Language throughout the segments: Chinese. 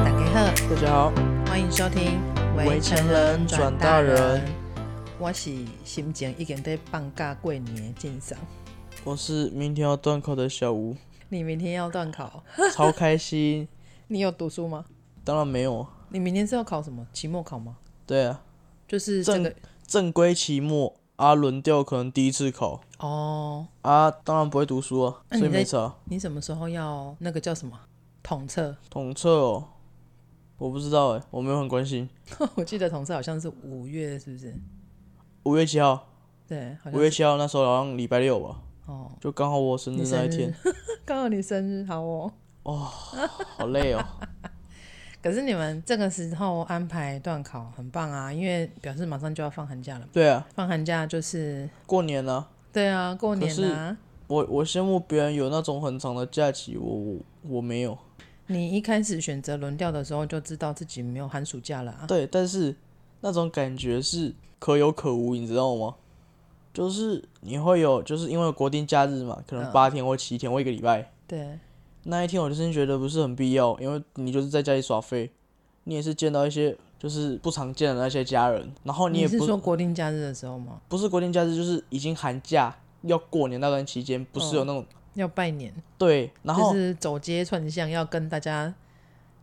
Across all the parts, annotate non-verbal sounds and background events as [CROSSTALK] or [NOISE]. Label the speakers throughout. Speaker 1: 大家好，
Speaker 2: 欢迎收听《
Speaker 1: 围城人转大人》，
Speaker 2: 我是心情已经在放假过年的晋赏。
Speaker 1: 我是明天要断考的小吴，
Speaker 2: [LAUGHS] 你明天要断考，
Speaker 1: 超开心。
Speaker 2: 你有读书吗？
Speaker 1: 当然没有啊，
Speaker 2: 你明天是要考什么？期末考吗？
Speaker 1: 对啊，
Speaker 2: 就是这
Speaker 1: 正
Speaker 2: 个
Speaker 1: 正规期末啊，轮调可能第一次考
Speaker 2: 哦。
Speaker 1: 啊，当然不会读书啊，
Speaker 2: 那你
Speaker 1: 所以没
Speaker 2: 在
Speaker 1: 差。
Speaker 2: 你什么时候要那个叫什么统测？ [LAUGHS]
Speaker 1: 统测哦，我不知道哎、我没有很关心。
Speaker 2: 我记得统测好像是五月，是不是？
Speaker 1: 五月七号，
Speaker 2: 对，好
Speaker 1: 五
Speaker 2: 像
Speaker 1: 月七号那时候好像礼拜六吧，
Speaker 2: 哦。
Speaker 1: 就刚好我生日
Speaker 2: 你
Speaker 1: 那
Speaker 2: 生
Speaker 1: 一
Speaker 2: 日
Speaker 1: 天，
Speaker 2: 刚好你生日，好哦。
Speaker 1: [LAUGHS] 好累哦。
Speaker 2: 可是你们这个时候安排断考很棒啊，因为表示马上就要放寒假了。
Speaker 1: 对啊，
Speaker 2: 放寒假就是
Speaker 1: 过年了、啊，
Speaker 2: 对啊，过年啊。
Speaker 1: 我我羡慕别人有那种很长的假期，我我我没有。
Speaker 2: 你一开始选择轮调的时候就知道自己没有寒暑假了啊。
Speaker 1: 对，但是那种感觉是可有可无，你知道吗？就是你会有，就是因为有国定假日嘛，可能
Speaker 2: 嗯
Speaker 1: 八天或七天或一个礼拜，
Speaker 2: 对，
Speaker 1: 那一天我就真觉得不是很必要，因为你就是在家里耍废，你也是见到一些就是不常见的那些家人，然后
Speaker 2: 哦你
Speaker 1: 也
Speaker 2: 是
Speaker 1: 不
Speaker 2: 说国定假日的时候吗？
Speaker 1: 不是国定假日，就是已经寒假要过年那段期间，不是有那种、
Speaker 2: 要拜年，
Speaker 1: 对，然后、
Speaker 2: 嗯就是走街串巷要跟大家，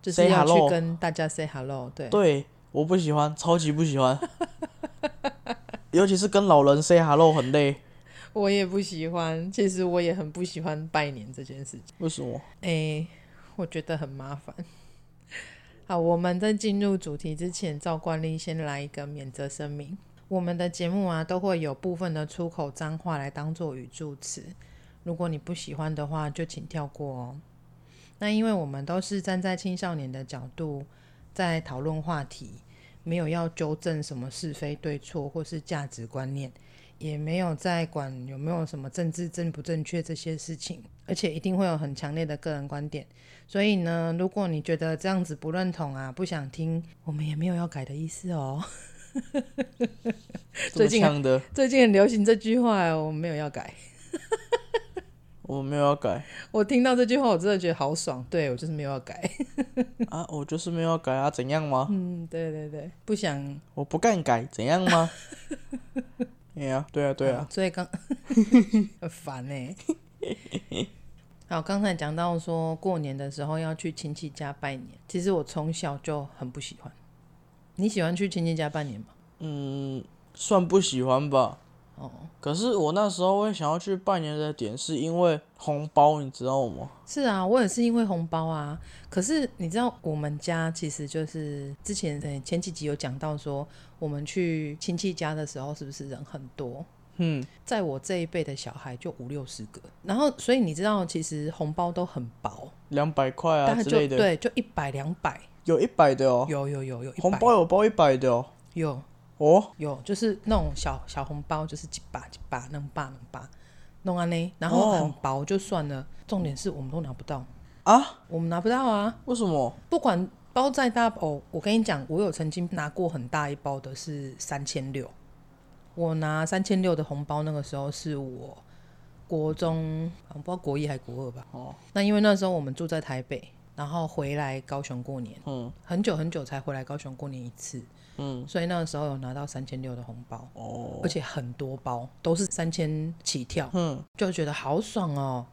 Speaker 2: 就是
Speaker 1: Say
Speaker 2: 要
Speaker 1: hello
Speaker 2: 去跟大家 say hello。对，
Speaker 1: 对，我不喜欢，超级不
Speaker 2: [LAUGHS]
Speaker 1: 喜欢，尤其是跟老人 say hello 很累，
Speaker 2: 我也不喜欢，其实我也很不喜欢拜年这件事情。
Speaker 1: 为什么？
Speaker 2: 诶，我觉得很麻烦。 [LAUGHS] 好，我们在进入主题之前，照惯例先来一个免责声明。我们的节目啊，都会有部分的出口脏话来当做语助词，如果你不喜欢的话，就请跳过哦。那因为我们都是站在青少年的角度在讨论话题，没有要纠正什么是非对错或是价值观念，也没有在管有没有什么政治正不正确这些事情，而且一定会有很强烈的个人观点。所以呢，如果你觉得这样子不认同啊，不想听，我们也没有要改的意思哦。 [LAUGHS]
Speaker 1: 这么
Speaker 2: 最近啊
Speaker 1: 呛的，
Speaker 2: 最近很流行这句话哦，我没有要改。
Speaker 1: 我没有要 [LAUGHS] 改
Speaker 2: 我听到这句话，我真的觉得好爽。对我就是没有要改。 [LAUGHS]
Speaker 1: 啊，我就是没有要改啊，怎样吗？
Speaker 2: 嗯，对对对，不想
Speaker 1: 我不干改，怎样 [LAUGHS] 吗？哎呀、对啊，对啊，
Speaker 2: 所以刚 [LAUGHS] 很烦呢、好，刚才讲到说过年的时候要去亲戚家拜年，其实我从小就很不喜欢。你喜欢去亲戚家拜年吗？
Speaker 1: 算不喜欢吧。
Speaker 2: 哦，
Speaker 1: 可是我那时候会想要去拜年的点，是因为红包，你知道吗？
Speaker 2: 是啊，我也是因为红包啊。可是你知道，我们家其实就是之前呃前几集有讲到说，我们去亲戚家的时候是不是人很多？
Speaker 1: 嗯，
Speaker 2: 在我这一辈的小孩就五六十个，然后所以你知道，其实红包都很薄，
Speaker 1: 两百块
Speaker 2: 大
Speaker 1: 啊
Speaker 2: 概
Speaker 1: 之
Speaker 2: 就
Speaker 1: 类的，
Speaker 2: 对，就一百两百，
Speaker 1: 有一百的哦，
Speaker 2: 有有有有100
Speaker 1: 红包有包一百的哦。
Speaker 2: 有
Speaker 1: 哦，
Speaker 2: 有，就是那种小小红包，就是几把几把，能把能把，弄完呢，然后
Speaker 1: 哦
Speaker 2: 很薄就算了，重点是我们都拿不到
Speaker 1: 啊，
Speaker 2: 我们拿不到啊，
Speaker 1: 为什么？
Speaker 2: 不管包再大哦，我跟你讲，我有曾经拿过很大一包的是三千六，我拿三千六的红包，那个时候是我国中，我不知道国一还国二吧，
Speaker 1: 哦，
Speaker 2: 那因为那时候我们住在台北，然后回来高雄过年，
Speaker 1: 嗯，
Speaker 2: 很久很久才回来高雄过年一次，
Speaker 1: 嗯，
Speaker 2: 所以那个时候有拿到三千六的红包，
Speaker 1: 哦，
Speaker 2: 而且很多包都是三千起跳，
Speaker 1: 嗯，
Speaker 2: 就觉得好爽哦。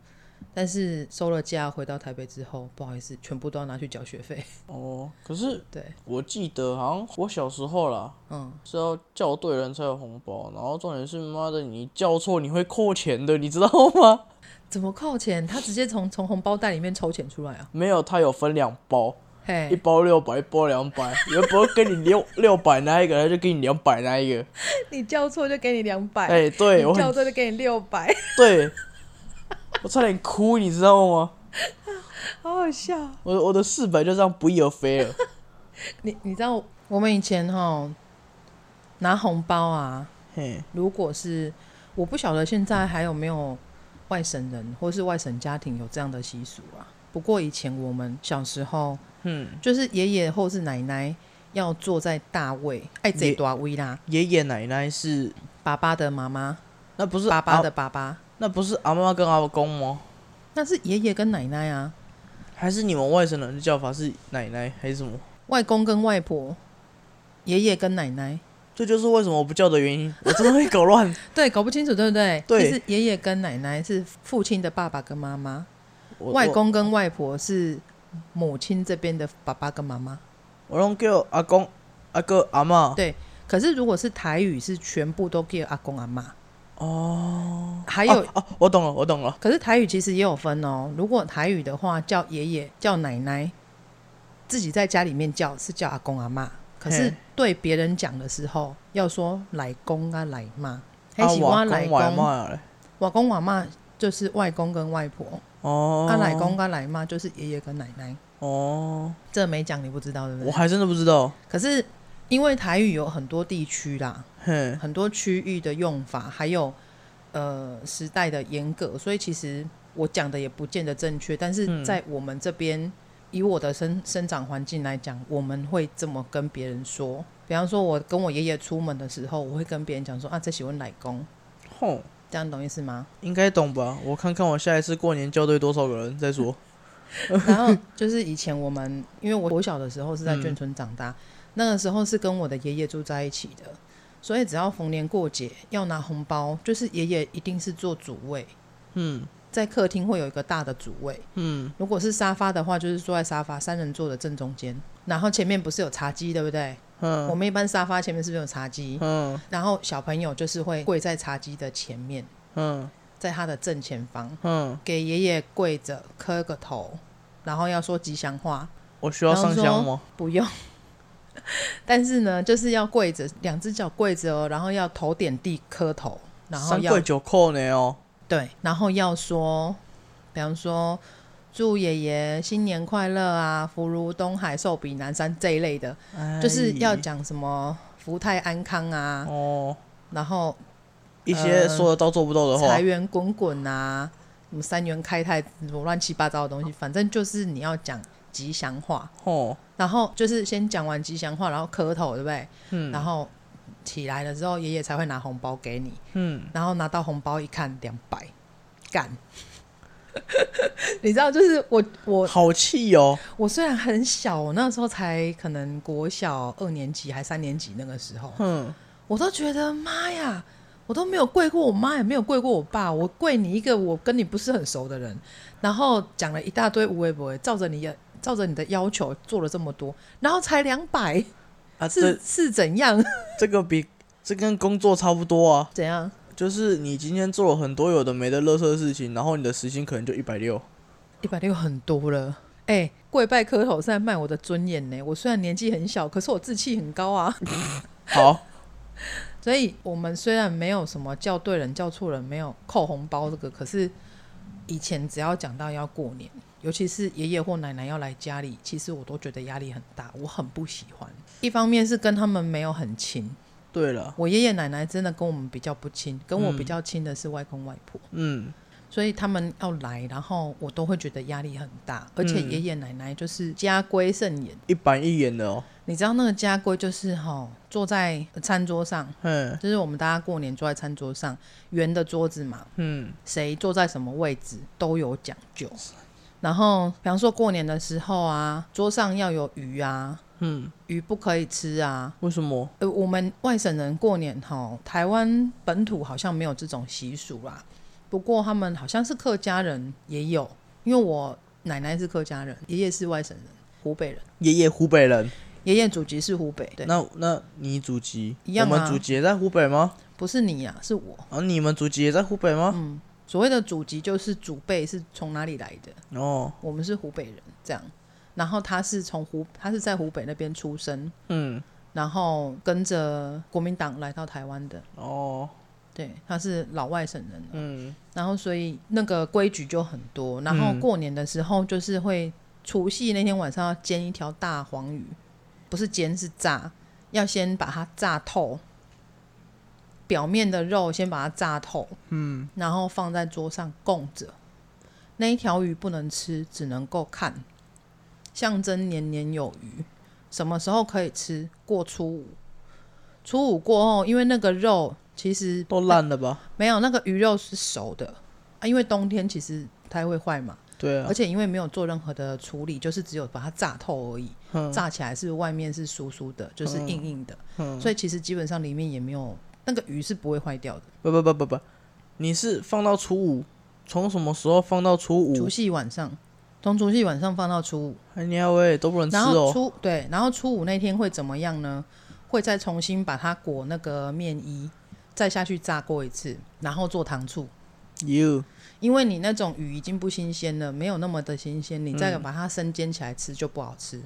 Speaker 2: 但是收了假回到台北之后，不好意思，全部都要拿去缴学费。 [LAUGHS]
Speaker 1: 哦，可是
Speaker 2: 对，
Speaker 1: 我记得好像我小时候啦，
Speaker 2: 嗯，
Speaker 1: 是要叫对人才有红包，然后重点是妈的，你叫错你会扣钱的，你知道吗？ [LAUGHS]
Speaker 2: 怎么扣钱？他直接从从红包袋里面抽钱出来啊？
Speaker 1: 没有，它有分两包，一
Speaker 2: 嘿，
Speaker 1: 包六百，一包两百， [LAUGHS] 原本给你六六百那一个，他就给你两百那一个。
Speaker 2: [LAUGHS] 你叫错就给你两百、
Speaker 1: 哎、对我
Speaker 2: 你
Speaker 1: 很
Speaker 2: 叫对就给你六百，
Speaker 1: 对，我差点哭，你知道吗？
Speaker 2: 好好
Speaker 1: [LAUGHS]
Speaker 2: 笑。
Speaker 1: 我的我的四百就这样不翼而飞 [LAUGHS] 了。
Speaker 2: 你你知道我们以前哈拿红包啊，
Speaker 1: 嘿，
Speaker 2: 如果是我不晓得现在还有没有外省人或是外省家庭有这样的习俗啊。不过以前我们小时候，
Speaker 1: 嗯，
Speaker 2: 就是爷爷或是奶奶要坐在大位，哎，这大位啦，
Speaker 1: 爷爷奶奶是
Speaker 2: 爸爸的妈妈，
Speaker 1: 那不是哦
Speaker 2: 爸爸
Speaker 1: 阿
Speaker 2: 的爸爸，
Speaker 1: 那不是阿妈跟阿公吗？
Speaker 2: 那是爷爷跟奶奶啊。
Speaker 1: 还是你们外省人的叫法是奶奶还是什么？
Speaker 2: 外公跟外婆、爷爷跟奶奶，
Speaker 1: 这就是为什么我不叫的原因，我真的会搞乱。
Speaker 2: 对，搞不清楚，对不对？
Speaker 1: 对
Speaker 2: 其实爷爷跟奶奶是父亲的爸爸跟妈妈，
Speaker 1: 我
Speaker 2: 外，公跟外婆是母亲这边的爸爸跟妈妈。
Speaker 1: 我我拢叫阿公、阿哥、阿嬷。
Speaker 2: 对可是如果是台语，是全部都给阿公阿妈。
Speaker 1: 哦，
Speaker 2: 还有，
Speaker 1: 哦、啊啊我懂了，我懂了。
Speaker 2: 可是台语其实也有分哦。如果台语的话，叫爷爷叫奶奶，自己在家里面叫是叫阿公阿妈，可是
Speaker 1: 嘿
Speaker 2: 对别人讲的时候要说奶公啊奶妈，还
Speaker 1: 啊
Speaker 2: 喜
Speaker 1: 我
Speaker 2: 欢
Speaker 1: 阿
Speaker 2: 奶公
Speaker 1: 公我阿嬷嘞。
Speaker 2: 外公外妈就是外公跟外婆，
Speaker 1: 哦，
Speaker 2: 啊奶公跟奶妈就是爷爷跟奶奶。
Speaker 1: 哦，
Speaker 2: 这没讲你不知道对不
Speaker 1: 我
Speaker 2: 对？
Speaker 1: 还真的不知道。
Speaker 2: 可是因为台语有很多地区啦，
Speaker 1: 嘿，
Speaker 2: 很多区域的用法，还有呃时代的严格，所以其实我讲的也不见得正确，但是在我们这边，以我的生生长环境来讲，我们会这么跟别人说。比方说，我跟我爷爷出门的时候，我会跟别人讲说啊，这喜欢奶公，
Speaker 1: 吼，
Speaker 2: 这样懂意思吗？
Speaker 1: 应该懂吧？我看看我下一次过年校对多少个人再说。
Speaker 2: 然后就是以前我们，因为我我小的时候是在眷村长大，那个时候是跟我的爷爷住在一起的，所以只要逢年过节要拿红包，就是爷爷一定是做主位，
Speaker 1: 嗯
Speaker 2: 在客厅会有一个大的主位。
Speaker 1: 嗯，
Speaker 2: 如果是沙发的话，就是坐在沙发三人座的正中间，然后前面不是有茶几，对不对？我
Speaker 1: 嗯
Speaker 2: 们一般沙发前面是不是有茶几？
Speaker 1: 嗯
Speaker 2: 然后小朋友就是会跪在茶几的前面，
Speaker 1: 嗯
Speaker 2: 在他的正前方，
Speaker 1: 嗯，
Speaker 2: 给爷爷跪着磕个头，然后要说吉祥话，
Speaker 1: 我需要上香吗？
Speaker 2: 不用。 [LAUGHS] 但是呢，就是要跪着，两只脚跪着哦，然后要头点地磕头，然后
Speaker 1: 三
Speaker 2: 要
Speaker 1: 跪九叩呢哦。
Speaker 2: 对，然后要说，比方说祝爷爷新年快乐啊，福如东海，寿比南山这一类的， [LAUGHS] 就是要
Speaker 1: 哎
Speaker 2: 讲什么福泰安康啊，
Speaker 1: 哦，
Speaker 2: 然后
Speaker 1: 一些说得到做不到的话
Speaker 2: 财。源滚滚啊，什么三元开泰，什么乱七八糟的东西，反正就是你要讲吉祥话。
Speaker 1: 吼，
Speaker 2: 然后就是先讲完吉祥话，然后磕头，对不对？
Speaker 1: 嗯
Speaker 2: 然后起来了之后，爷爷才会拿红包给你。
Speaker 1: 嗯，
Speaker 2: 然后拿到红包一看，两百，干！ [LAUGHS] 你知道，就是我我
Speaker 1: 好气哦。
Speaker 2: 我虽然很小，我那时候才可能国小二年级还三年级那个时候，
Speaker 1: 哼，
Speaker 2: 我都觉得妈呀，我都没有跪过我妈，也没有跪过我爸，我跪你一个我跟你不是很熟的人，然后讲了一大堆无为不为，照着你的照着你的要求做了这么多，然后才两百，
Speaker 1: 啊，
Speaker 2: 是
Speaker 1: 这
Speaker 2: 是怎样 [LAUGHS]
Speaker 1: 这个比这跟工作差不多啊，
Speaker 2: 怎样？
Speaker 1: 就是你今天做了很多有的没的乐色事情，然后你的时薪可能就一百六。
Speaker 2: 一百六很多了。哎、跪拜磕头是在卖我的尊严呢。我虽然年纪很小，可是我志气很高啊。 [LAUGHS]
Speaker 1: 好， [LAUGHS]
Speaker 2: 所以我们虽然没有什么叫对人、叫错人，没有扣红包这个，可是以前只要讲到要过年，尤其是爷爷或奶奶要来家里，其实我都觉得压力很大，我很不喜欢。一方面是跟他们没有很亲，
Speaker 1: 对了，
Speaker 2: 我爷爷奶奶真的跟我们比较不亲，跟我比较亲的是外公外婆。
Speaker 1: 嗯，
Speaker 2: 所以他们要来，然后我都会觉得压力很大，而且
Speaker 1: 嗯
Speaker 2: 爷爷奶奶就是家规甚严。
Speaker 1: 一板一眼的哦。
Speaker 2: 你知道那个家规就是哈、坐在呃餐桌上，
Speaker 1: 哼，
Speaker 2: 就是我们大家过年坐在餐桌上，圆的桌子嘛，
Speaker 1: 嗯，
Speaker 2: 谁坐在什么位置都有讲究。然后，比方说过年的时候啊，桌上要有鱼啊，
Speaker 1: 嗯，
Speaker 2: 鱼不可以吃啊。
Speaker 1: 为什么？
Speaker 2: 呃，我们外省人过年哈，台湾本土好像没有这种习俗啦。不过他们好像是客家人也有，因为我奶奶是客家人，爷爷是外省人，湖北人，
Speaker 1: 爷爷湖北人，
Speaker 2: 爷爷祖籍是湖北，对，
Speaker 1: 那那你祖籍，
Speaker 2: 一样啊
Speaker 1: 我们祖籍也在湖北吗？
Speaker 2: 不是你呀、是我。
Speaker 1: 啊，你们祖籍也在湖北吗？
Speaker 2: 所谓的祖籍就是祖辈是从哪里来的，
Speaker 1: 哦，
Speaker 2: 我们是湖北人这样。然后他是从湖，他是在湖北那边出生，
Speaker 1: 嗯，
Speaker 2: 然后跟着国民党来到台湾的，
Speaker 1: 哦，
Speaker 2: 对，他是老外省人了。
Speaker 1: 嗯，
Speaker 2: 然后所以那个规矩就很多。然后过年的时候就是会除夕那天晚上要煎一条大黄鱼，不是煎是炸，要先把它炸透，表面的肉先把它炸透，嗯，然后放在桌上供着。那一条鱼不能吃，只能够看，象征年年有余。什么时候可以吃？过初五，初五过后，因为那个肉其实
Speaker 1: 都烂了吧？
Speaker 2: 没有，那个鱼肉是熟的啊，因为冬天其实它会坏嘛，
Speaker 1: 对啊
Speaker 2: 而，且因为没有做任何的处理，就是只有把它炸透而已，
Speaker 1: 嗯
Speaker 2: 炸起来是外面是酥酥的，就是硬硬的，
Speaker 1: 嗯，
Speaker 2: 所以其实基本上里面也没有那个鱼是不会坏掉的。
Speaker 1: 不不不不不，你是放到初五，从什么时候放到初
Speaker 2: 除
Speaker 1: 五？
Speaker 2: 夕晚上，从除夕晚上放到初五，
Speaker 1: 哎呀喂，都不能吃
Speaker 2: 然后
Speaker 1: 哦。
Speaker 2: 初对，然后初五那天会怎么样呢？会再重新把它裹那个面衣，再下去炸过一次，然后做糖醋。
Speaker 1: You，
Speaker 2: 因为你那种鱼已经不新鲜了，没有那么的新鲜，
Speaker 1: 嗯
Speaker 2: 你再把它生煎起来吃就不好吃，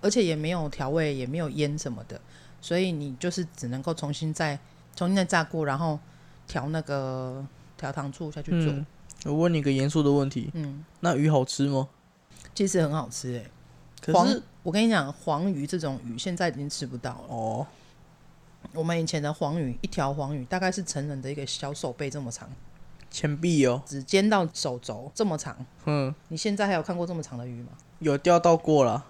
Speaker 2: 而且也没有调味，也没有腌什么的，所以你就是只能够重新再重新再炸过，然后调那个调糖醋下去做，
Speaker 1: 嗯，我问你个严肃的问题，
Speaker 2: 嗯
Speaker 1: 那鱼好吃吗？
Speaker 2: 其实很好吃诶、
Speaker 1: 可
Speaker 2: 黄
Speaker 1: 是，
Speaker 2: 我跟你讲，黄鱼这种鱼现在已经吃不到了。
Speaker 1: 哦，
Speaker 2: 我们以前的黄鱼，一条黄鱼大概是成人的一个小手背这么长，
Speaker 1: 钱币哦，
Speaker 2: 只尖到手肘这么长。
Speaker 1: 哼，
Speaker 2: 你现在还有看过这么长的鱼吗？
Speaker 1: 有钓到过啦。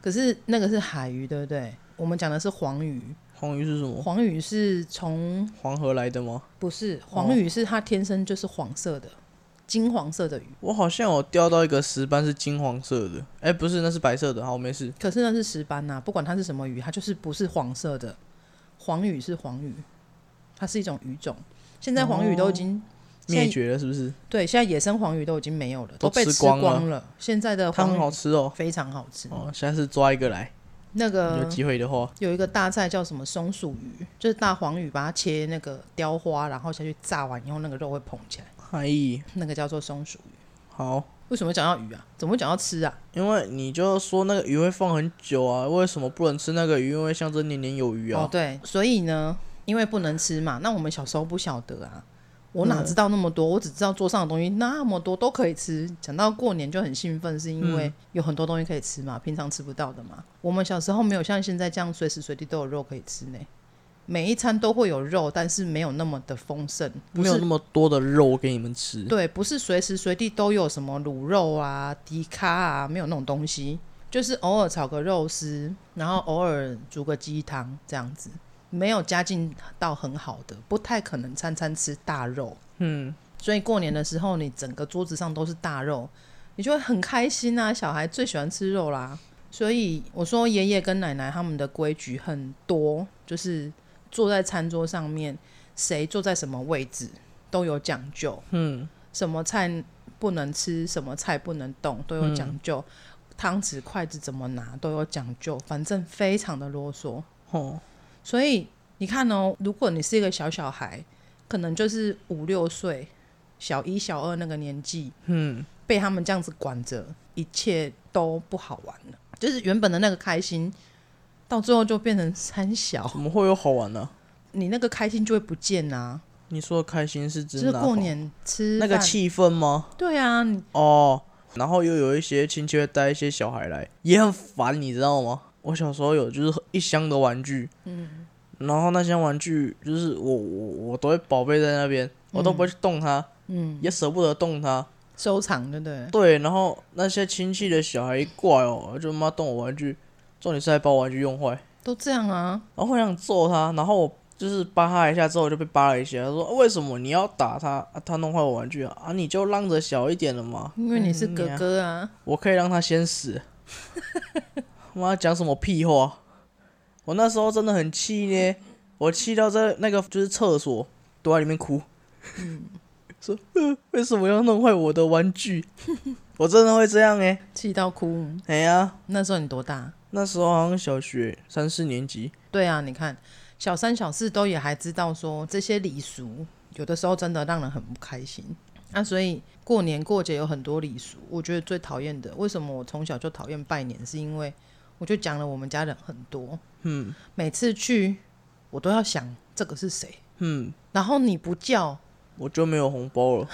Speaker 2: 可是那个是海鱼，对不对？我们讲的是黄鱼，
Speaker 1: 黄鱼是什么？
Speaker 2: 黄鱼是从
Speaker 1: 黄河来的吗？
Speaker 2: 不
Speaker 1: 哦
Speaker 2: 是黄鱼是它天生就是黄色的，金黄色的鱼。
Speaker 1: 我好像有钓到一个石斑是金黄色的，哎、不是，那是白色的。好，没事。
Speaker 2: 可是那是石斑呐、不管它是什么鱼，它就是不是黄色的。黄鱼是黄鱼，它是一种鱼种。现在黄鱼都已经现在
Speaker 1: 哦灭绝了是不是？
Speaker 2: 对，现在野生黄鱼都已经没有了，
Speaker 1: 都
Speaker 2: 被
Speaker 1: 吃
Speaker 2: 吃
Speaker 1: 光了
Speaker 2: 了。现在的
Speaker 1: 它
Speaker 2: 黄
Speaker 1: 很好
Speaker 2: 鱼
Speaker 1: 吃哦。
Speaker 2: 非常好吃。
Speaker 1: 哦，下次抓一个来，
Speaker 2: 那
Speaker 1: 有
Speaker 2: 个
Speaker 1: 机会的话。
Speaker 2: 有一个大菜叫什么松鼠鱼，就是大黄鱼，把它切那个雕花，然后下去炸完以后，那个肉会膨起来，
Speaker 1: 嗨，
Speaker 2: 那个叫做松鼠鱼。
Speaker 1: 哎好，
Speaker 2: 为什么会讲到鱼啊？怎么会讲到吃啊？
Speaker 1: 因为你就说那个鱼会放很久啊，为什么不能吃那个鱼？因为象征年年有余
Speaker 2: 哦
Speaker 1: 啊，。
Speaker 2: 对，所以呢，因为不能吃嘛，那我们小时候不晓得啊，我哪知道那么多？我只知道桌上的东西那么多都可以吃。讲到过年就很兴奋，是因为有很多东西可以吃嘛，平常吃不到的嘛。我们小时候没有像现在这样随时随地都有肉可以吃呢，每一餐都会有肉，但是没有那么的丰盛，不
Speaker 1: 没有
Speaker 2: 是
Speaker 1: 那么多的肉给你们吃。
Speaker 2: 对，不是随时随地都有什么卤肉啊、迪卡啊，没有那种东西，就是偶尔炒个肉丝，然后偶尔煮个鸡汤这样子，没有加进到很好的，不太可能餐餐吃大肉。
Speaker 1: 嗯，
Speaker 2: 所以过年的时候，你整个桌子上都是大肉，你就会很开心啊！小孩最喜欢吃肉啦，所以我说爷爷跟奶奶他们的规矩很多，就是坐在餐桌上面，谁坐在什么位置都有讲究。嗯，什么菜不能吃，什么菜不能动，都有讲究。汤匙、筷子怎么拿都有讲究，反正非常的啰嗦。
Speaker 1: 哦，
Speaker 2: 所以你看哦，如果你是一个小小孩，可能就是五六岁、小一、小二那个年纪，
Speaker 1: 嗯，
Speaker 2: 被他们这样子管着，一切都不好玩了。就是原本的那个开心，到最后就变成三小，
Speaker 1: 怎么会有好玩呢、
Speaker 2: 你那个开心就会不见啊。
Speaker 1: 你说的开心是
Speaker 2: 就
Speaker 1: 指
Speaker 2: 是
Speaker 1: 哪
Speaker 2: 过
Speaker 1: 方
Speaker 2: 年吃
Speaker 1: 那个
Speaker 2: 饭
Speaker 1: 气氛吗？
Speaker 2: 对啊，你
Speaker 1: 哦，然后又有一些亲戚会带一些小孩来，也很烦，你知道吗？我小时候有就是一箱的玩具，嗯，然后那箱玩具就是我我我都会宝贝在那边，我都不会去动它，嗯，也舍不得动它，
Speaker 2: 收藏对不对？
Speaker 1: 对，然后那些亲戚的小孩一过来哦，就妈动我玩具，重点是还把我玩具用坏，
Speaker 2: 都这样啊，
Speaker 1: 然后我想揍他，然后我就是扒他一下之后我就被扒了一下，他说啊为什么你要打他？啊、他弄坏我玩具啊，啊你就让着小一点了嘛，
Speaker 2: 因为你是
Speaker 1: 嗯
Speaker 2: 哥
Speaker 1: 啊
Speaker 2: 哥啊，
Speaker 1: 我可以让他先死。妈讲什么屁话！我那时候真的很气呢，我气到在那个就是厕所躲在里面哭，说、呃、为什么要弄坏我的玩具？我真的会这样哎、
Speaker 2: 气到哭。嗯
Speaker 1: 哎呀，
Speaker 2: 那时候你多大？
Speaker 1: 那时候好像小学三四年级，
Speaker 2: 对啊，你看小三小四都也还知道说这些礼俗，有的时候真的让人很不开心。那、所以过年过节有很多礼俗，我觉得最讨厌的，为什么我从小就讨厌拜年，是因为我就讲了我们家人很多，
Speaker 1: 嗯
Speaker 2: 每次去我都要想这个是谁，
Speaker 1: 嗯，
Speaker 2: 然后你不叫，
Speaker 1: 我就没有红包了。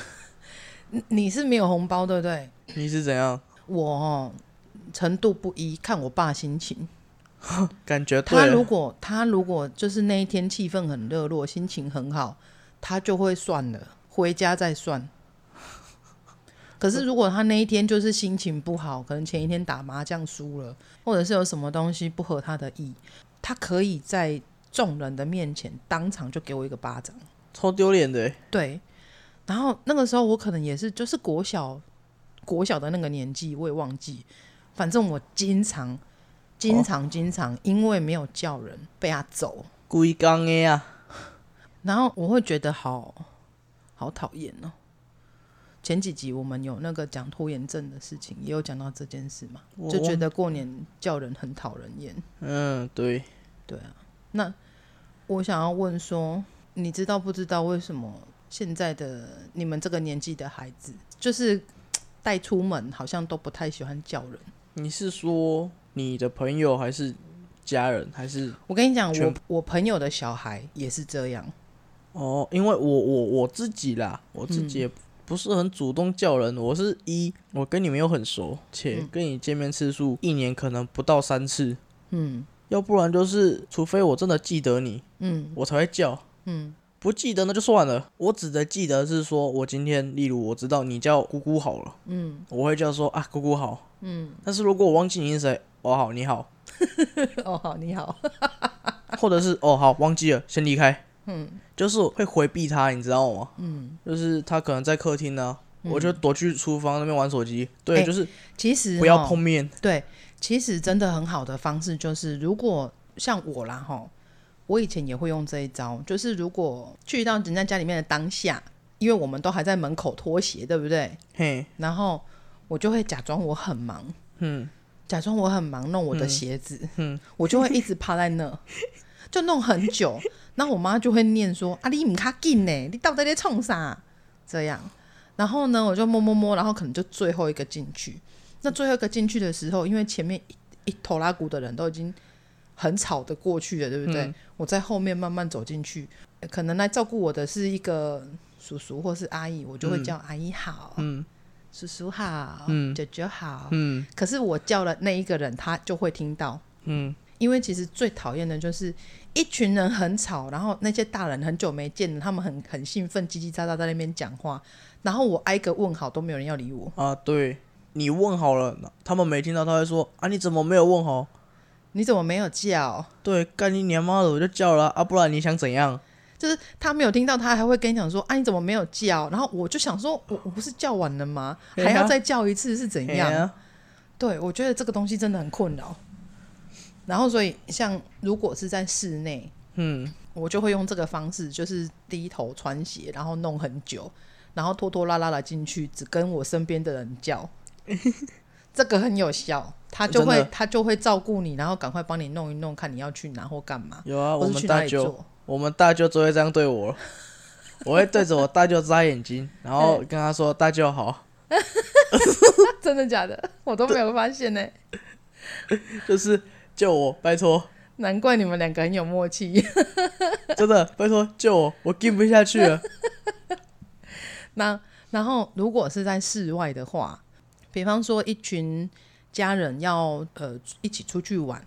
Speaker 2: 你你是没有红包对不对？
Speaker 1: 你是怎样？
Speaker 2: 我哦程度不一，看我爸心情。
Speaker 1: 感觉对
Speaker 2: 他如
Speaker 1: 了，
Speaker 2: 果他如果就是那一天气氛很热络，心情很好，他就会算了，回家再算。 [LAUGHS] 可是如果他那一天就是心情不好，可能前一天打麻将输了，或者是有什么东西不合他的意，他可以在众人的面前当场就给我一个巴掌。
Speaker 1: 超丢脸的欸。
Speaker 2: 对，然后那个时候我可能也是就是国小国小的那个年纪，我也忘记。反正我经常、
Speaker 1: 哦
Speaker 2: 经常、经常，因为没有叫人被他揍，
Speaker 1: 规工的啊，
Speaker 2: 然后我会觉得好好讨厌哦。前几集我们有那个讲拖延症的事情，也有讲到这件事嘛，
Speaker 1: 我
Speaker 2: 就觉
Speaker 1: 忘
Speaker 2: 得过年叫人很讨人厌。
Speaker 1: 嗯，对，
Speaker 2: 那我想要问说，你知道不知道为什么现在的你们这个年纪的孩子，就是带出门好像都不太喜欢叫人？
Speaker 1: 你是说你的朋友还是家人还是
Speaker 2: 我跟你讲，
Speaker 1: 全
Speaker 2: 我我朋友的小孩也是这样，
Speaker 1: 哦？因为我我我自己啦，我自己也不是很主动叫人，我是一我跟你没有很熟，且跟你见面次数一年可能不到三次，
Speaker 2: 嗯
Speaker 1: 要不然就是除非我真的记得你，
Speaker 2: 嗯
Speaker 1: 我才会叫。
Speaker 2: 嗯
Speaker 1: 不记得那就算了，我只能记得是说，我今天，例如我知道你叫姑姑好了，
Speaker 2: 嗯
Speaker 1: 我会叫说啊姑姑好。
Speaker 2: 嗯，
Speaker 1: 但是如果我忘记你是谁，哦好你好，
Speaker 2: 哦好，你好，
Speaker 1: 或者是哦好忘记了先离开，
Speaker 2: 嗯
Speaker 1: 就是会回避他，你知道吗？
Speaker 2: 嗯，
Speaker 1: 就是他可能在客厅呢、我就躲去厨房那边玩手机。对，
Speaker 2: 哎
Speaker 1: 就是
Speaker 2: [LAUGHS] 其实
Speaker 1: 不要
Speaker 2: 齁
Speaker 1: 碰面。
Speaker 2: 对，其实真的很好的方式就是，如果像我啦哈，我以前也会用这一招，就是如果去到人家家里面的当下，因为我们都还在门口脱鞋，对不对？
Speaker 1: 嘿，
Speaker 2: 然后我就会假装我很忙，
Speaker 1: 嗯，
Speaker 2: 假装我很忙弄我的鞋子，嗯， [LAUGHS] 我就会一直趴在那，就弄很久。然后我妈就会念说：“啊，你唔卡紧呢，你到底在冲啥？”这样，然后呢，我就摸摸摸，然后可能就最后一个进去。那最后一个进去的时候，因为前面一一头拉骨的人都已经很吵的过去了，对不对？我在后面慢慢走进去，呃可能来照顾我的是一个叔叔或是阿姨，我就会叫阿姨好，啊
Speaker 1: 嗯
Speaker 2: 叔叔好，
Speaker 1: 嗯
Speaker 2: 姐姐好，
Speaker 1: 嗯
Speaker 2: 可是我叫了那一个人，他就会听到，
Speaker 1: 嗯，
Speaker 2: 因为其实最讨厌的就是一群人很吵，然后那些大人很久没见了，他们很很兴奋，叽叽喳喳在那边讲话，然后我挨个问好都没有人要理我，
Speaker 1: 啊，对，你问好了，他们没听到，他会说啊你怎么没有问好？
Speaker 2: 你怎么没有叫？ [LAUGHS]
Speaker 1: 对，干你娘妈的，我就叫了啊，啊不然你想怎样？
Speaker 2: 就是他没有听到，他还会跟你讲说啊你怎么没有叫？然后我就想说，我我不是叫完了吗？
Speaker 1: 对啊
Speaker 2: 还要再叫一次是怎
Speaker 1: 嘿
Speaker 2: 样？
Speaker 1: 啊
Speaker 2: 对，我觉得这个东西真的很困扰。然后所以像如果是在室内，
Speaker 1: 嗯，
Speaker 2: 我就会用这个方式，就是低头穿鞋，然后弄很久，然后拖拖拉拉的进去，只跟我身边的人叫，这个很有效。他就
Speaker 1: 真
Speaker 2: 会
Speaker 1: 的
Speaker 2: 他就会照顾你，然后赶快帮你弄一弄，看你要去哪或干嘛，
Speaker 1: 有啊，我
Speaker 2: 或是
Speaker 1: 们
Speaker 2: 去哪
Speaker 1: 大
Speaker 2: 里
Speaker 1: 舅，
Speaker 2: 做。 [LAUGHS]
Speaker 1: 我们大舅都会这样对我了，我会对着我大舅眨眼睛，然后跟他说大
Speaker 2: [LAUGHS]
Speaker 1: 舅好，
Speaker 2: 真的假的？我都没有发现呢、
Speaker 1: 就是救我，拜托，
Speaker 2: 难怪你们两个很有默契。
Speaker 1: 真的拜托救我，我跟不下去
Speaker 2: [LAUGHS]
Speaker 1: 了。
Speaker 2: 那然后如果是在室外的话，比方说一群家人要呃一起出去玩，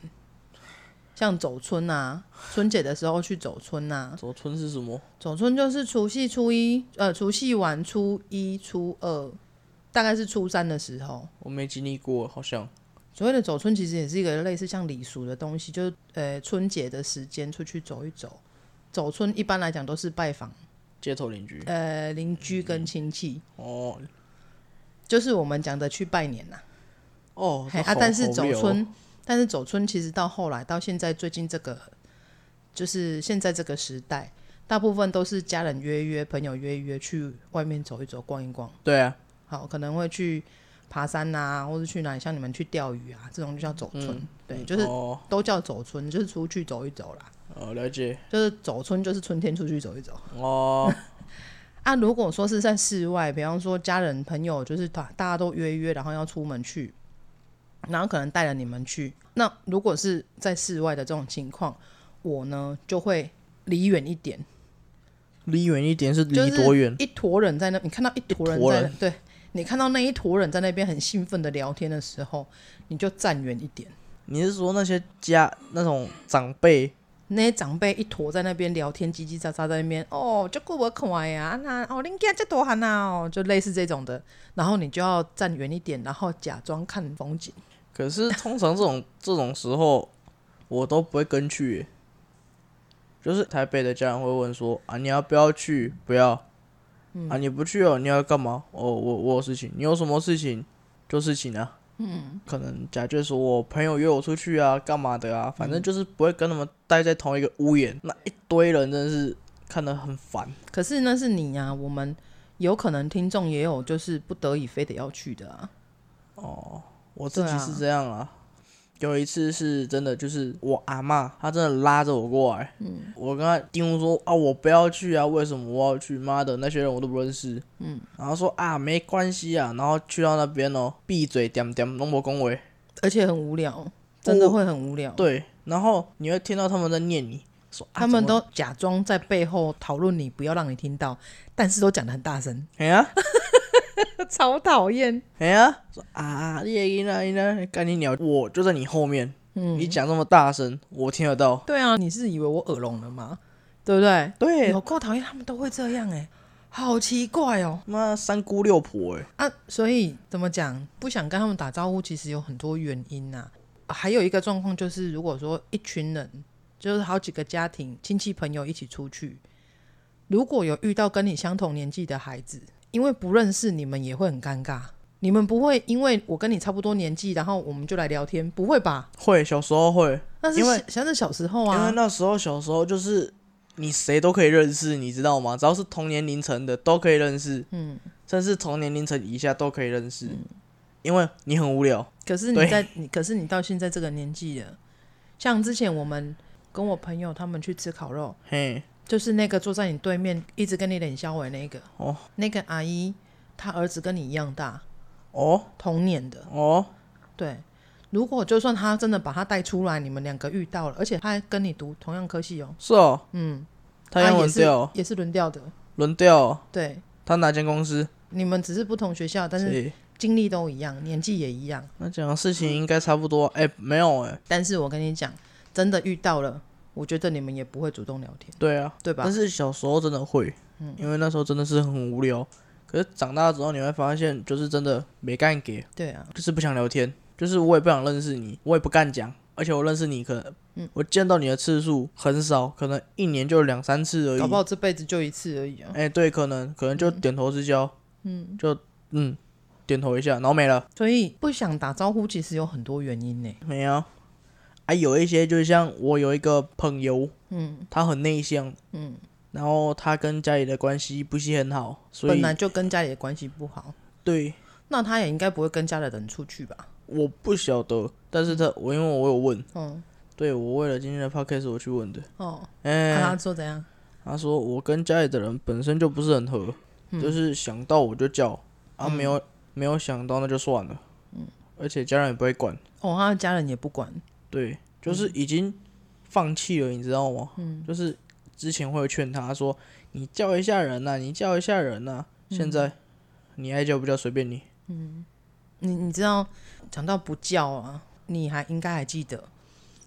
Speaker 2: 像走村啊，春节的时候去走村啊，
Speaker 1: 走村是什么？
Speaker 2: 走村就是除夕、初一，呃，除夕晚、初一、初二，大概是初三的时候。
Speaker 1: 我没经历过，好像。
Speaker 2: 所谓的走村，其实也是一个类似像礼俗的东西，就是呃春节的时间出去走一走。走村一般来讲都是拜访
Speaker 1: 街头邻居
Speaker 2: 呃邻居跟亲戚，
Speaker 1: 哦
Speaker 2: 就是我们讲的去拜年啊呐、
Speaker 1: 哦
Speaker 2: 嘿
Speaker 1: 这
Speaker 2: 啊，
Speaker 1: 好
Speaker 2: 但是
Speaker 1: 好
Speaker 2: 走
Speaker 1: 无聊哦
Speaker 2: 村，但是走村其实到后来到现在最近这个，就是现在这个时代，大部分都是家人约一约，朋友约一约，去外面走一走，逛一逛。
Speaker 1: 对啊，
Speaker 2: 好，可能会去爬山啊，或者去哪里，像你们去钓鱼啊，这种就叫走村。对，就是
Speaker 1: 哦
Speaker 2: 都叫走村，就是出去走一走啦。
Speaker 1: 哦了解
Speaker 2: 就是走村，就是春天出去走一走。
Speaker 1: 哦
Speaker 2: 啊，如果说是在室外，比方说家人朋友，就是大大家都约一约，然后要出门去，然后可能带了你们去。那如果是在室外的这种情况，我呢就会离远一点，
Speaker 1: 离远一点是
Speaker 2: 就
Speaker 1: 离
Speaker 2: 是
Speaker 1: 多远？
Speaker 2: 一坨人在那，你看到一坨人
Speaker 1: 一坨
Speaker 2: 在
Speaker 1: 人
Speaker 2: 那，对你看到那一坨人在那边很兴奋的聊天的时候，你就站远一点。
Speaker 1: 你是说那些家那种长辈
Speaker 2: 那些长辈一坨在那边聊天，叽叽喳喳在那边，哦，就顾我可爱呀，啊那哦，恁家这多喊啊，哦，就类似这种的，然后你就要站远一点，然后假装看风景。
Speaker 1: 可是通常这种这种时候，我都不会跟去耶。就是台北的家人会问说啊，你要不要去？不要。啊，你不去哦，你要干嘛？哦，我我有事情，你有什么事情就事情啊。嗯，可能假借说我朋友约我出去啊，干嘛的啊，反正就是不会跟他们待在同一个屋檐，那一堆人真的是看得很烦。
Speaker 2: 可是那是你呀、我们有可能听众也有就是不得已非得要去的啊。
Speaker 1: 我自己
Speaker 2: 对啊
Speaker 1: 是这样啊。有一次是真的，就是我阿嬷，她真的拉着我过来，嗯，我跟她嘀咕说啊，我不要去啊，为什么我要去？妈的，那些人我都不认识，嗯，然后说啊，没关系啊，然后去到那边哦，闭嘴，点点，拢无恭维，
Speaker 2: 而且很无聊，真的会很无聊。
Speaker 1: 对，然后你会听到他们在念你，说、啊、
Speaker 2: 他们
Speaker 1: 怎么
Speaker 2: 都假装在背后讨论你，不要让你听到，但是都讲的很大声，
Speaker 1: 哎呀
Speaker 2: 超讨厌。
Speaker 1: 哎呀，说啊，你也囡仔囡仔，赶紧鸟，我就在你后面，嗯，你讲这么大声，我听得到，
Speaker 2: 对啊，你是以为我耳聋了吗？对不对？
Speaker 1: 对，
Speaker 2: 有够讨厌，他们都会这样哎、好奇怪哦
Speaker 1: 妈三姑六婆哎、
Speaker 2: 啊！所以怎么讲，不想跟他们打招呼，其实有很多原因呐、啊还有一个状况就是，如果说一群人，就是好几个家庭、亲戚朋友一起出去，如果有遇到跟你相同年纪的孩子，因为不认识，你们也会很尴尬。你们不会因为我跟你差不多年纪，然后我们就来聊天，不会吧？
Speaker 1: 会，小时候会，
Speaker 2: 那是
Speaker 1: 因为
Speaker 2: 小像是小时候
Speaker 1: 因为
Speaker 2: 啊，
Speaker 1: 那时候小时候就是你谁都可以认识，你知道吗？只要是同年龄层的都可以认识，嗯，甚至同年龄层以下都可以认
Speaker 2: 嗯
Speaker 1: 识，因为你很无聊，
Speaker 2: 可是你
Speaker 1: 对
Speaker 2: 在你，可是你到现在这个年纪了，像之前我们跟我朋友他们去吃烤肉，
Speaker 1: 嘿，
Speaker 2: 就是那个坐在你对面一直跟你冷笑话的那个，
Speaker 1: 哦
Speaker 2: 那个阿姨，她儿子跟你一样大，
Speaker 1: 哦
Speaker 2: 同年的，
Speaker 1: 哦，
Speaker 2: 对。如果就算她真的把她带出来，你们两个遇到了，而且她还跟你读同样科系哦，
Speaker 1: 是哦，
Speaker 2: 嗯，
Speaker 1: 他要
Speaker 2: 她也
Speaker 1: 轮
Speaker 2: 是
Speaker 1: 调，
Speaker 2: 也是轮调的，
Speaker 1: 轮调，
Speaker 2: 对，
Speaker 1: 他哪间公司？
Speaker 2: 你们只是不同学校，但是
Speaker 1: 是
Speaker 2: 经历都一样，年纪也一样。
Speaker 1: 那讲的事情应该差不多，
Speaker 2: 嗯
Speaker 1: 哎、没有哎、
Speaker 2: 但是我跟你讲，真的遇到了，我觉得你们也不会主动聊天，
Speaker 1: 对啊，
Speaker 2: 对吧？嗯
Speaker 1: 但是小时候真的会，因为那时候真的是很无聊。可是长大之后你会发现，就是真的没干给，
Speaker 2: 对啊，
Speaker 1: 就是不想聊天，就是我也不想认识你，我也不干讲，而且我认识你可能，
Speaker 2: 嗯
Speaker 1: 我见到你的次数很少，可能一年就两三次而
Speaker 2: 搞不好
Speaker 1: 已。
Speaker 2: 这辈子就一次而已啊。
Speaker 1: 哎、对，可能可能就点头之交，嗯，就嗯点头一下，然后没了，
Speaker 2: 所以不想打招呼，其实有很多原因呢。
Speaker 1: 没有。还、有一些就像我有一个朋友，嗯，他很内向，嗯，然后他跟家里的关系不是很好，所
Speaker 2: 本
Speaker 1: 以
Speaker 2: 来就跟家里的关系不好，
Speaker 1: 对
Speaker 2: 那他也应该不会跟家里的人出去吧？
Speaker 1: 我不晓得，但是他我因为我有问，
Speaker 2: 嗯，
Speaker 1: 对我为了今天的 podcast 我去问的，
Speaker 2: 哦，
Speaker 1: 哎、
Speaker 2: 看他说怎样？
Speaker 1: 他说我跟家里的人本身就不是很合，
Speaker 2: 嗯
Speaker 1: 就是想到我就叫，啊没有、没有想到那就算了，
Speaker 2: 嗯
Speaker 1: 而且家人也不会管，
Speaker 2: 哦，他的家人也不管，
Speaker 1: 对，
Speaker 2: 嗯
Speaker 1: 就是已经放弃了，你知道吗？就是之前会劝他说你叫一下人呐、你叫一下人呐、
Speaker 2: 嗯
Speaker 1: 现在你爱叫不叫随便你，
Speaker 2: 你你知道，讲到不叫啊，你还应该还记得，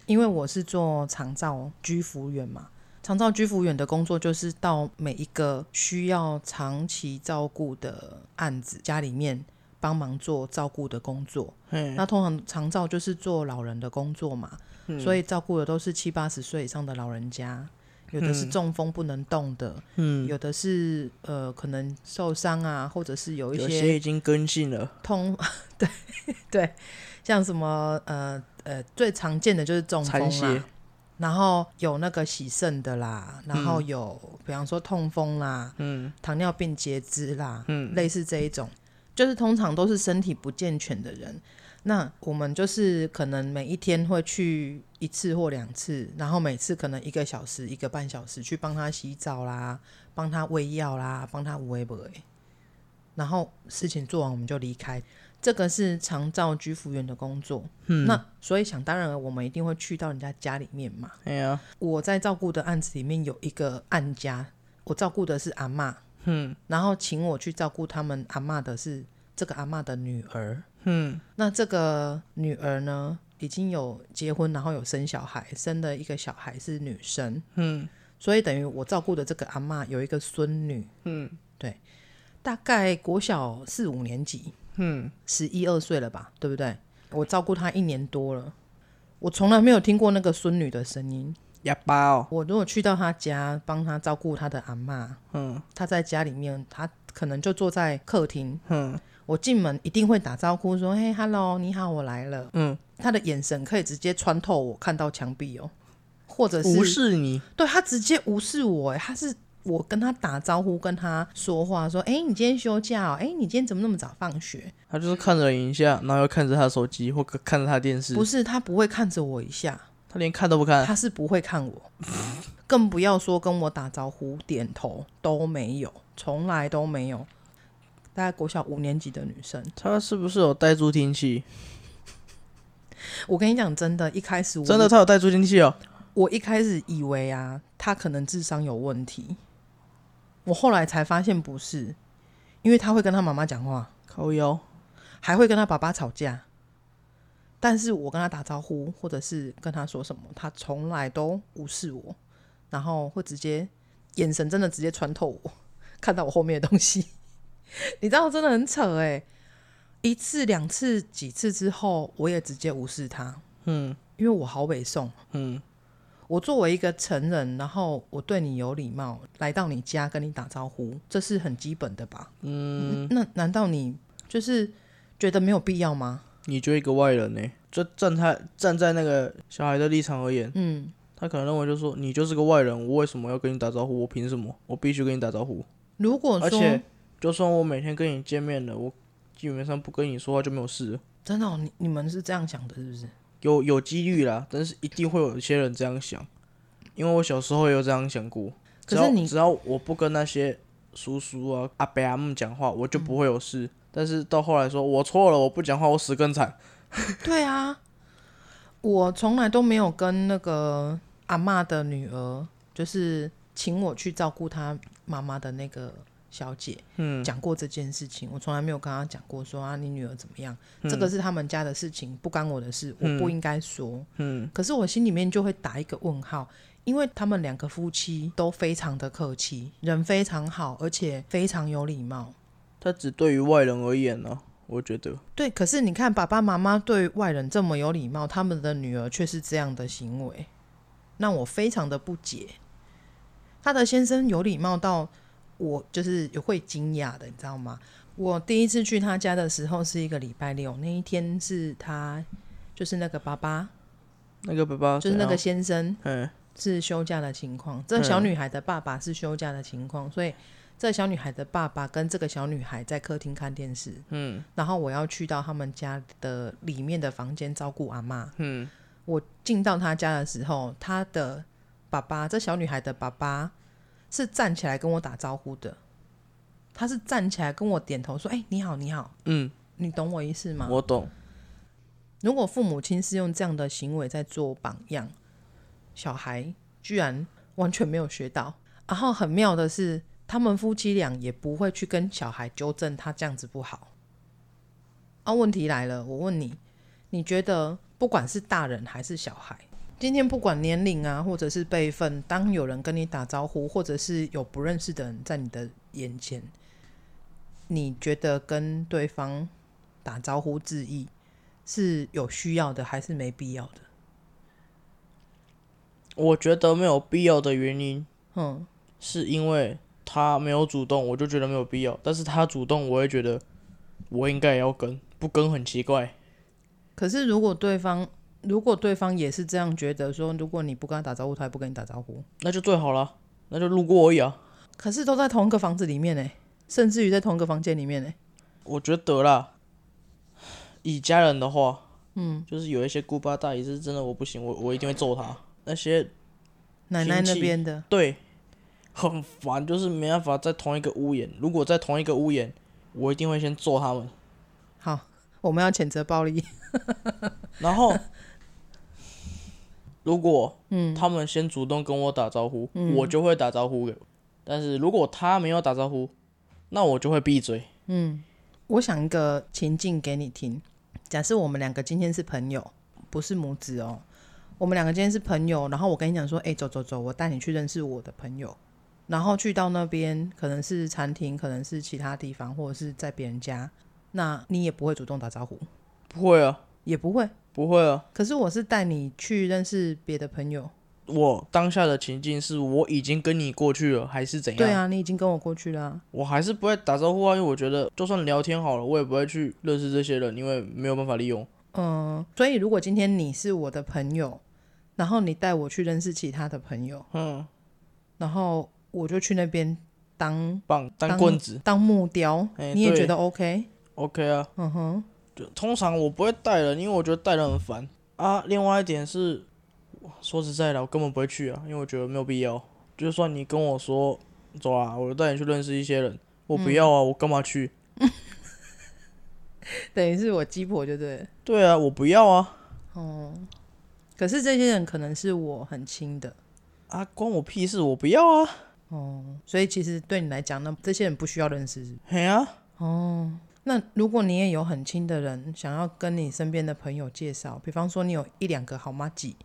Speaker 2: 因为我是做长照居服务员嘛。长照居服务员的工作就是到每一个需要长期照顾的案子家里面帮忙做照顾的工作。
Speaker 1: 嘿，
Speaker 2: 那通常长照就是做老人的工作嘛，
Speaker 1: 嗯
Speaker 2: 所以照顾的都是七八十岁以上的老人家，有的是中风不能动的，
Speaker 1: 嗯，
Speaker 2: 有的是呃可能受伤啊，或者是有一
Speaker 1: 有
Speaker 2: 些
Speaker 1: 些已经更新了，
Speaker 2: 通， [LAUGHS] 对对，像什么呃呃最常见的就是中
Speaker 1: 残
Speaker 2: 风
Speaker 1: 血
Speaker 2: 啦，然后有那个洗肾的啦，然后有、比方说痛风啦，
Speaker 1: 嗯，
Speaker 2: 糖尿病截肢啦，嗯，类似这一种，就是通常都是身体不健全的人。那我们就是可能每一天会去一次或两次，然后每次可能一个小时、一个半小时去帮他洗澡啦，帮他喂药啦，帮他喂喂，然后事情做完我们就离开。这个是长照居服员的工作，嗯，那所以想当然了，我们一定会去到人家家里面嘛。
Speaker 1: 哎呀，
Speaker 2: 我在照顾的案子里面有一个案家，我照顾的是阿嬷，嗯，然后请我去照顾他们阿嬷的是这个阿嬷的女儿，嗯，那这个女儿呢已经有结婚，然后有生小孩，生了一个小孩是女生，嗯，所以等于我照顾的这个阿嬷有一个孙女，嗯，对，大概国小四五年级，嗯，十一二岁了吧，对不对？我照顾她一年多了，我从来没有听过那个孙女的声音。
Speaker 1: 哑巴哦，
Speaker 2: 我如果去到他家帮他照顾他的阿嬷，
Speaker 1: 嗯
Speaker 2: 他在家里面，他可能就坐在客厅，
Speaker 1: 嗯
Speaker 2: 我进门一定会打招呼说：“嘿，hello，你好，我来了。
Speaker 1: 嗯，”
Speaker 2: 他的眼神可以直接穿透我，看到墙壁哦，或者是
Speaker 1: 无视你，
Speaker 2: 对他直接无视我，哎，他是我跟他打招呼，跟他说话，说：“哎，你今天休假、哦？哎，你今天怎么那么早放学？”
Speaker 1: 他就是看着你一下，然后又看着他的手机或看看着他的电视
Speaker 2: 不，是，他不会看着我一下，
Speaker 1: 他连看都不看，
Speaker 2: 他是不会看我，更不要说跟我打招呼、点头都没有，从来都没有。大概国小五年级的女生，
Speaker 1: 他是不是有带助听器？
Speaker 2: 我跟你讲，真的，一开始我
Speaker 1: 真的，他有带助听器哦，
Speaker 2: 我一开始以为啊，他可能智商有问题，我后来才发现不是，因为他会跟他妈妈讲话，
Speaker 1: 靠腰，
Speaker 2: 还会跟他爸爸吵架，但是我跟他打招呼或者是跟他说什么，他从来都无视我，然后会直接眼神真的直接穿透我，看到我后面的东西， [LAUGHS] 你知道真的很扯哎、一次两次几次之后，我也直接无视他，
Speaker 1: 嗯
Speaker 2: 因为我好北宋。
Speaker 1: 嗯，
Speaker 2: 我作为一个成人，然后我对你有礼貌，来到你家跟你打招呼，这是很基本的吧？嗯，那难道你就是觉得没有必要吗？
Speaker 1: 你就一个外人呢、欸就站他站在那个小孩的立场而言，
Speaker 2: 嗯，
Speaker 1: 他可能认为就是说你就是个外人，我为什么要跟你打招呼？我凭什么？我必须跟你打招呼。
Speaker 2: 如果
Speaker 1: 而
Speaker 2: 说
Speaker 1: 且就算我每天跟你见面了，我基本上不跟你说话就没有事了，
Speaker 2: 真的哦、你你们是这样想的，是不是？
Speaker 1: 有有几率啦，但是一定会有一些人这样想，因为我小时候也有这样想过。只
Speaker 2: 可
Speaker 1: 要
Speaker 2: 是你
Speaker 1: 只要我不跟那些叔叔啊、阿伯阿姆讲话，我就不会有
Speaker 2: 嗯
Speaker 1: 事。但是到后来说我错了，我不讲话，我死更惨。
Speaker 2: [LAUGHS] 对啊，我从来都没有跟那个阿嬷的女儿，就是请我去照顾她妈妈的那个小姐，
Speaker 1: 嗯
Speaker 2: 讲过这件事情，我从来没有跟她讲过说啊，你女儿怎么样？
Speaker 1: 嗯
Speaker 2: 这个是他们家的事情，不干我的事，我不应该说。
Speaker 1: 嗯
Speaker 2: 可是我心里面就会打一个问号，因为他们两个夫妻都非常的客气，人非常好，而且非常有礼貌。
Speaker 1: 他只对于外人而言呢、我觉得
Speaker 2: 对，可是你看，爸爸妈妈对外人这么有礼貌，他们的女儿却是这样的行为，让我非常的不解。他的先生有礼貌到我就是有会惊讶的，你知道吗？我第一次去他家的时候是一个礼拜六，那一天是他就是那个爸爸，
Speaker 1: 那个爸爸
Speaker 2: 就是那个
Speaker 1: 怎样，
Speaker 2: 先生
Speaker 1: 嗯，
Speaker 2: 是休假的情况，这小女孩的爸爸是休假的情况，所以这小女孩的爸爸跟这个小女孩在客厅看电视，嗯，然后我要去到他们家的里面的房间照顾阿妈，嗯，我进到他家的时候，他的爸爸，这小女孩的爸爸是站起来跟我打招呼的，他是站起来跟我点头说：“哎、你好，你好。”
Speaker 1: 嗯，
Speaker 2: 你懂我意思吗？
Speaker 1: 我懂。
Speaker 2: 如果父母亲是用这样的行为在做榜样，小孩居然完全没有学到。然后很妙的是，他们夫妻俩也不会去跟小孩纠正他这样子不好。啊，问题来了，我问你，你觉得不管是大人还是小孩，今天不管年龄啊，或者是辈分，当有人跟你打招呼，或者是有不认识的人在你的眼前，你觉得跟对方打招呼致意，是有需要的还是没必要的？
Speaker 1: 我觉得没有必要的原因
Speaker 2: 嗯，
Speaker 1: 是因为他没有主动，我就觉得没有必要。但是他主动，我会觉得我应该也要跟，不跟很奇怪。
Speaker 2: 可是如果对方如果对方也是这样觉得说，如果你不跟他打招呼，他也不跟你打招呼，
Speaker 1: 那就最好了，那就路过而已啊。
Speaker 2: 可是都在同一个房子里面呢、甚至于在同一个房间里面呢、欸
Speaker 1: 我觉得啦，以家人的话，嗯，就是有一些姑八大姨是真的，我不行，我我一定会揍他。那些
Speaker 2: 奶奶那
Speaker 1: 亲戚
Speaker 2: 边的，
Speaker 1: 对，很烦，就是没办法在同一个屋檐。如果在同一个屋檐，我一定会先揍他们。
Speaker 2: 好，我们要谴责暴力。
Speaker 1: 然后， [LAUGHS] 如果嗯他们先主动跟我打招呼，我就会打招呼的。但是如果他没有打招呼，那我就会闭嘴。
Speaker 2: 我想一个情境给你听。假设我们两个今天是朋友，不是母子哦。我们两个今天是朋友，然后我跟你讲说，哎、走走走，我带你去认识我的朋友。然后去到那边，可能是餐厅，可能是其他地方，或者是在别人家，那你也不会主动打招呼，
Speaker 1: 不会啊，
Speaker 2: 也不会。
Speaker 1: 不会啊，
Speaker 2: 可是我是带你去认识别的朋友，
Speaker 1: 我当下的情境是我已经跟你过去了，还是怎样？
Speaker 2: 对啊，你已经跟我过去了啊、
Speaker 1: 我还是不会打招呼啊，因为我觉得就算聊天好了，我也不会去认识这些人，因为没有办法利用。
Speaker 2: 嗯，所以如果今天你是我的朋友，然后你带我去认识其他的朋友，
Speaker 1: 嗯，
Speaker 2: 然后我就去那边当
Speaker 1: 棒当棍子
Speaker 2: 当木雕，
Speaker 1: 哎
Speaker 2: 你也
Speaker 1: 对
Speaker 2: 觉得 OK？
Speaker 1: ，OK 啊。
Speaker 2: 嗯哼，
Speaker 1: 就通常我不会带人，因为我觉得带人很烦啊。另外一点是，说实在的，我根本不会去啊，因为我觉得没有必要。就算你跟我说走啊，我带你去认识一些人，我不要啊，我干嘛去？
Speaker 2: 等于是我鸡婆就对了。
Speaker 1: 对啊，我不要啊，
Speaker 2: 可是这些人可能是我很亲的，
Speaker 1: 啊关我屁事，我不要啊，
Speaker 2: 所以其实对你来讲，那这些人不需要认识是不是
Speaker 1: 嘿啊，
Speaker 2: 那如果你也有很亲的人，想要跟你身边的朋友介绍，比方说你有一两个好妈几，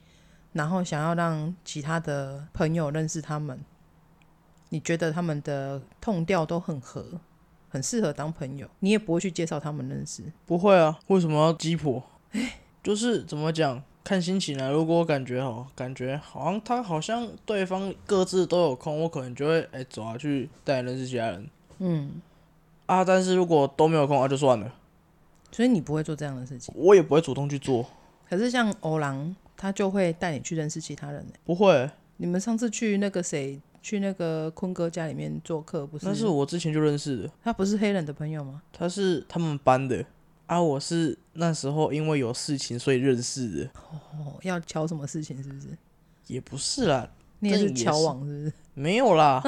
Speaker 2: 然后想要让其他的朋友认识他们，你觉得他们的痛调都很合，很适合当朋友，你也不会去介绍他们认识。
Speaker 1: 不会啊，为什么要鸡婆？就是怎么讲，看心情啊。如果我感觉好，感觉好像他好像对方各自都有空，我可能就会哎、走啊去带你认识其他人
Speaker 2: 嗯，
Speaker 1: 啊。但是如果都没有空啊，就算了。
Speaker 2: 所以你不会做这样的事情。
Speaker 1: 我也不会主动去做，
Speaker 2: 可是像欧郎，他就会带你去认识其他人、欸。
Speaker 1: 不会。
Speaker 2: 你们上次去那个谁，去那个坤哥家里面做客，不是？
Speaker 1: 那是我之前就认识的，
Speaker 2: 他不是黑人的朋友吗？
Speaker 1: 他是他们班的啊，我是那时候因为有事情所以认识的，
Speaker 2: 哦，要瞧什么事情是不是？
Speaker 1: 也不是啦，
Speaker 2: 你也
Speaker 1: 这
Speaker 2: 是
Speaker 1: 也
Speaker 2: 乔
Speaker 1: 是
Speaker 2: 网是不 [LAUGHS] 是？
Speaker 1: 没有啦，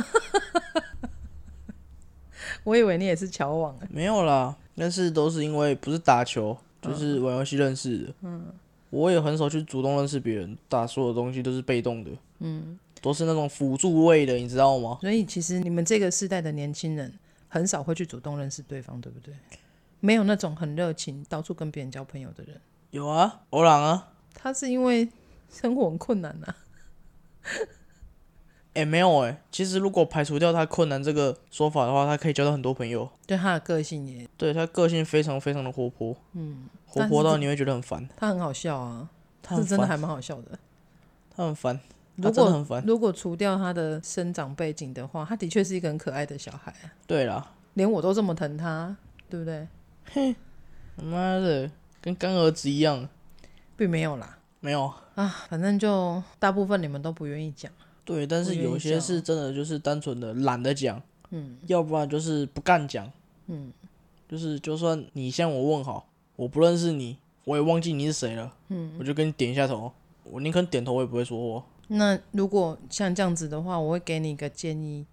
Speaker 2: 我以为你也是乔网欸
Speaker 1: [LAUGHS] 没有啦，但是都是因为不是打球
Speaker 2: 嗯
Speaker 1: 就是玩游戏认识的。嗯，我也很少去主动认识别人，打所有东西都是被动的。嗯，都是那种辅助位的，你知道吗？
Speaker 2: 所以其实你们这个世代的年轻人很少会去主动认识对方，对不对？没有那种很热情、到处跟别人交朋友的人，
Speaker 1: 有啊，欧朗啊，
Speaker 2: 他是因为生活很困难啊。
Speaker 1: 哎、没有哎、其实如果排除掉他困难这个说法的话，他可以交到很多朋友。
Speaker 2: 对他的个性也，
Speaker 1: 对他个性非常非常的活泼，嗯，活
Speaker 2: 但是
Speaker 1: 泼到
Speaker 2: 这
Speaker 1: 你会觉得很烦，
Speaker 2: 他很好笑啊，
Speaker 1: 他
Speaker 2: 是
Speaker 1: 很
Speaker 2: 真的
Speaker 1: 烦，
Speaker 2: 还蛮好笑的。
Speaker 1: 他很烦，
Speaker 2: 如
Speaker 1: 他真的
Speaker 2: 果
Speaker 1: 很烦。
Speaker 2: 如果除掉他的生长背景的话，他的确是一个很可爱的小孩啊，
Speaker 1: 对啦，
Speaker 2: 连我都这么疼他，对不对？
Speaker 1: 妈的，跟干儿子一样，
Speaker 2: 并没有啦，
Speaker 1: 没有。
Speaker 2: 啊，反正就大部分你们都不愿意讲。
Speaker 1: 对，但是
Speaker 2: 不愿意
Speaker 1: 有些
Speaker 2: 讲
Speaker 1: 是真的就是单纯的懒得讲，啊嗯，要不然就是不干讲，嗯，就是就算你向我问好，我不认识你，我也忘记你是谁了，嗯，我就跟你点一下头，我宁肯点头我也不会说话。
Speaker 2: 那如果像这样子的话，我会给你一个建议。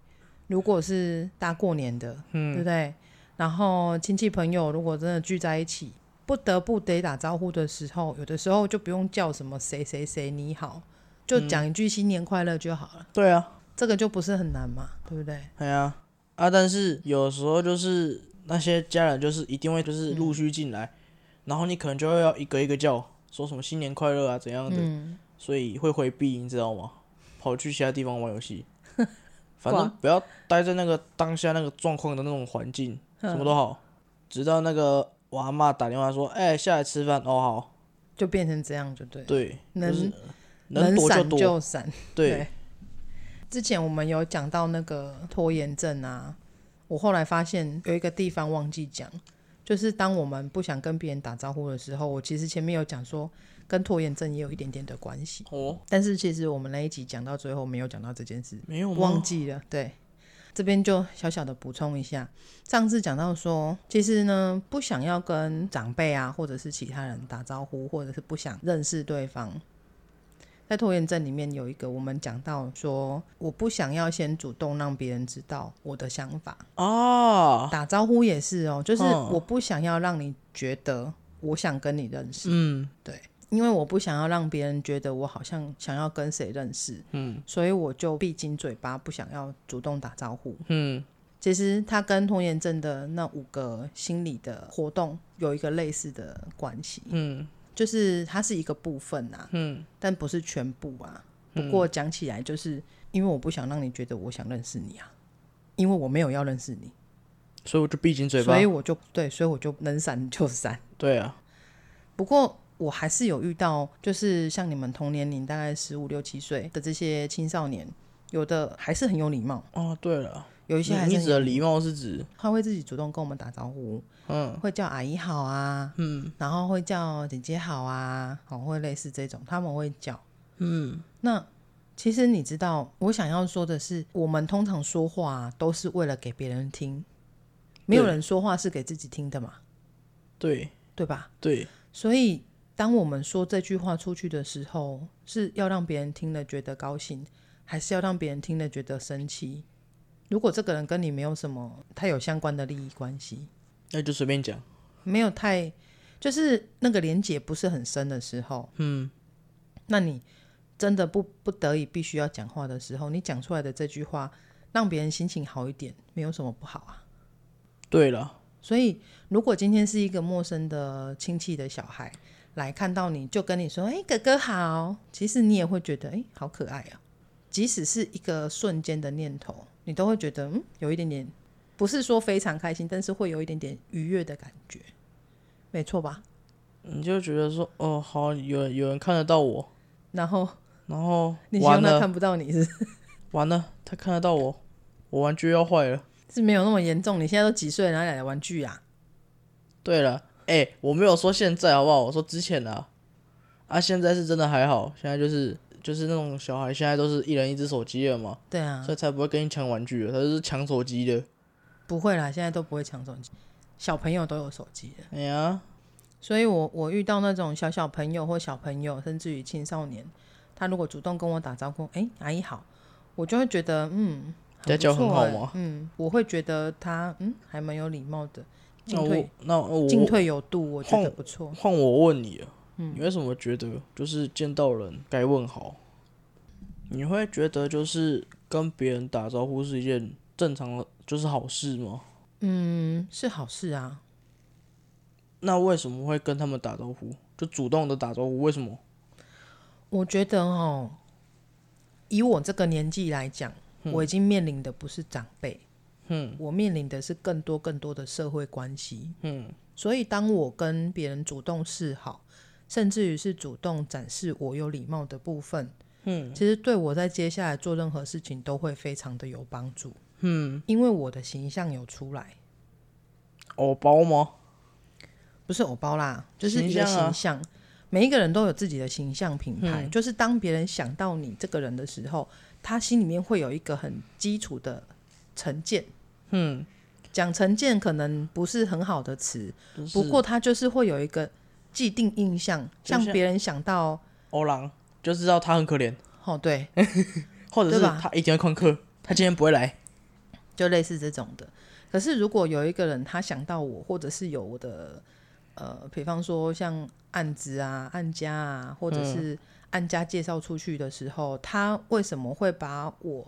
Speaker 2: 如果是大过年的，对不对？然后亲戚朋友如果真的聚在一起，不得不得打招呼的时候，有的时候就不用叫什么谁谁谁你好，就讲一句新年快乐就好了。
Speaker 1: 对啊，
Speaker 2: 这个就不是很难嘛，对不对？
Speaker 1: 哎呀，啊，但是有时候就是那些家人就是一定会
Speaker 2: 嗯
Speaker 1: 就是陆续进来，然后你可能就会要一个一个叫，说什么新年快乐啊怎样的，
Speaker 2: 嗯
Speaker 1: 所以会回避，你知道吗？跑去其他地方玩
Speaker 2: [LAUGHS]
Speaker 1: 游戏，反正
Speaker 2: 哇
Speaker 1: 不要待在那个当下那个状况的那种环境，
Speaker 2: 嗯
Speaker 1: 什么都好，直到那个我阿妈打电话说，哎、下来吃饭哦，好，
Speaker 2: 就变成这样就对了，
Speaker 1: 对，
Speaker 2: 能
Speaker 1: 就是能
Speaker 2: 能
Speaker 1: 躲
Speaker 2: 闪
Speaker 1: 躲，
Speaker 2: 就闪。
Speaker 1: 对，
Speaker 2: 之前我们有讲到那个拖延症啊，我后来发现有一个地方忘记讲，就是当我们不想跟别人打招呼的时候，我其实前面有讲说跟拖延症也有一点点的关系，
Speaker 1: 哦，
Speaker 2: 但是其实我们那一集讲到最后没有讲到这件事，
Speaker 1: 没有
Speaker 2: 忘
Speaker 1: 吗？
Speaker 2: 记了。对，这边就小小的补充一下，上次讲到说，其实呢，不想要跟长辈啊，或者是其他人打招呼，或者是不想认识对方。在拖延症里面有一个，我们讲到说，我不想要先主动让别人知道我的想法，
Speaker 1: 啊，
Speaker 2: 打招呼也是哦，就是
Speaker 1: 嗯
Speaker 2: 我不想要让你觉得我想跟你认识，
Speaker 1: 嗯，
Speaker 2: 因为我不想要让别人觉得我好像想要跟谁认识，嗯，所以我就闭紧嘴巴，不想要主动打招呼，
Speaker 1: 嗯。
Speaker 2: 其实它跟拖延症的那五个心理的活动有一个类似的关系，
Speaker 1: 嗯
Speaker 2: 就是它是一个部分啊，
Speaker 1: 嗯，
Speaker 2: 但不是全部啊。不过讲起来，就是因为我不想让你觉得我想认识你啊，因为我没有要认识你，
Speaker 1: 所以我就闭紧嘴巴
Speaker 2: 所以。我就对，所以我就能闪就闪。
Speaker 1: 对啊，
Speaker 2: 不过我还是有遇到，就是像你们同年龄，大概十五六七岁的这些青少年，有的还是很有礼貌，
Speaker 1: 哦，对了，
Speaker 2: 有一些还
Speaker 1: 你
Speaker 2: 是
Speaker 1: 你
Speaker 2: 很
Speaker 1: 指的礼貌是指，
Speaker 2: 他会自己主动跟我们打招呼，
Speaker 1: 嗯
Speaker 2: 会叫阿姨好啊，
Speaker 1: 嗯
Speaker 2: 然后会叫姐姐好啊，好会类似这种，他们会叫。
Speaker 1: 嗯，
Speaker 2: 那其实你知道，我想要说的是，我们通常说话啊、都是为了给别人听，没有
Speaker 1: 对
Speaker 2: 人说话是给自己听的嘛，
Speaker 1: 对
Speaker 2: 对吧？
Speaker 1: 对，
Speaker 2: 所以当我们说这句话出去的时候，是要让别人听了觉得高兴，还是要让别人听了觉得生气？如果这个人跟你没有什么太有相关的利益关系，
Speaker 1: 那就随便讲，
Speaker 2: 没有太就是那个连结不是很深的时候，
Speaker 1: 嗯，
Speaker 2: 那你真的不不得已必须要讲话的时候，你讲出来的这句话让别人心情好一点，没有什么不好啊。
Speaker 1: 对了，
Speaker 2: 所以，如果今天是一个陌生的亲戚的小孩来看到你，就跟你说：“哎、哥哥好。”其实你也会觉得：“哎、好可爱啊！”即使是一个瞬间的念头，你都会觉得嗯，有一点点，不是说非常开心，但是会嗯有一点点愉悦的感觉，没错吧？
Speaker 1: 你就觉得说，哦，好，有人有人看得到我，
Speaker 2: 然后
Speaker 1: 然后
Speaker 2: 你希
Speaker 1: 完
Speaker 2: 望他
Speaker 1: 了
Speaker 2: 看不到你是不是
Speaker 1: 完了，他看得到我，我玩具要坏了。
Speaker 2: 是没有那么严重。你现在都几岁了，哪里来的玩具啊？
Speaker 1: 对了，哎、我没有说现在好不好？我说之前啊，啊，现在是真的还好，现在就是就是那种小孩现在都是一人一只手机了嘛，
Speaker 2: 对啊，
Speaker 1: 所以才不会跟你抢玩具了，他就是抢手机的。
Speaker 2: 不会啦，现在都不会抢手机，小朋友都有手机啊了。
Speaker 1: 哎呀，
Speaker 2: 所以我我遇到那种小小朋友或小朋友，甚至于青少年，他如果主动跟我打招呼，哎、阿姨好，我就会觉得嗯，
Speaker 1: 家
Speaker 2: 不
Speaker 1: 教很
Speaker 2: 错
Speaker 1: 好
Speaker 2: 欸
Speaker 1: 吗？
Speaker 2: 嗯，我会觉得他嗯还蛮有礼貌的，进
Speaker 1: 那我
Speaker 2: 退
Speaker 1: 那我
Speaker 2: 进退有度，我觉
Speaker 1: 换
Speaker 2: 得
Speaker 1: 我
Speaker 2: 不错。
Speaker 1: 换我问你了，啊
Speaker 2: 嗯
Speaker 1: 你为什么觉得就是见到人该问好？你会觉得就是跟别人打招呼是一件正常的，就是好事吗？
Speaker 2: 嗯，是好事啊。
Speaker 1: 那为什么会跟他们打招呼？就主动的打招呼，为什么？
Speaker 2: 我觉得哦，以我这个年纪来讲，我已经面临的不是长辈，嗯，我面临的是更多更多的社会关系，嗯，所以当我跟别人主动示好，甚至于是主动展示我有礼貌的部分，嗯，其实对我在接下来做任何事情都会非常的有帮助，嗯，因为我的形象有出来，
Speaker 1: 偶包吗？
Speaker 2: 不是偶包啦，就是一个
Speaker 1: 形象啊
Speaker 2: 形象。每一个人都有自己的形象品
Speaker 1: 嗯
Speaker 2: 牌，就是当别人想到你这个人的时候，他心里面会有一个很基础的成见。
Speaker 1: 嗯，
Speaker 2: 讲成见可能不是很好的词，
Speaker 1: 就是
Speaker 2: 不过他就是会有一个既定印象，
Speaker 1: 就
Speaker 2: 像
Speaker 1: 像
Speaker 2: 别人想到，
Speaker 1: 欧郎就知道他很可怜，
Speaker 2: 哦，对，
Speaker 1: 或者是
Speaker 2: 对吧
Speaker 1: 他一定会旷课，他今天不会来。
Speaker 2: 就类似这种的。可是如果有一个人他想到我，或者是有我的呃，比方说像案子啊、案家啊，或者是案家介绍出去的时候，他为什么会把我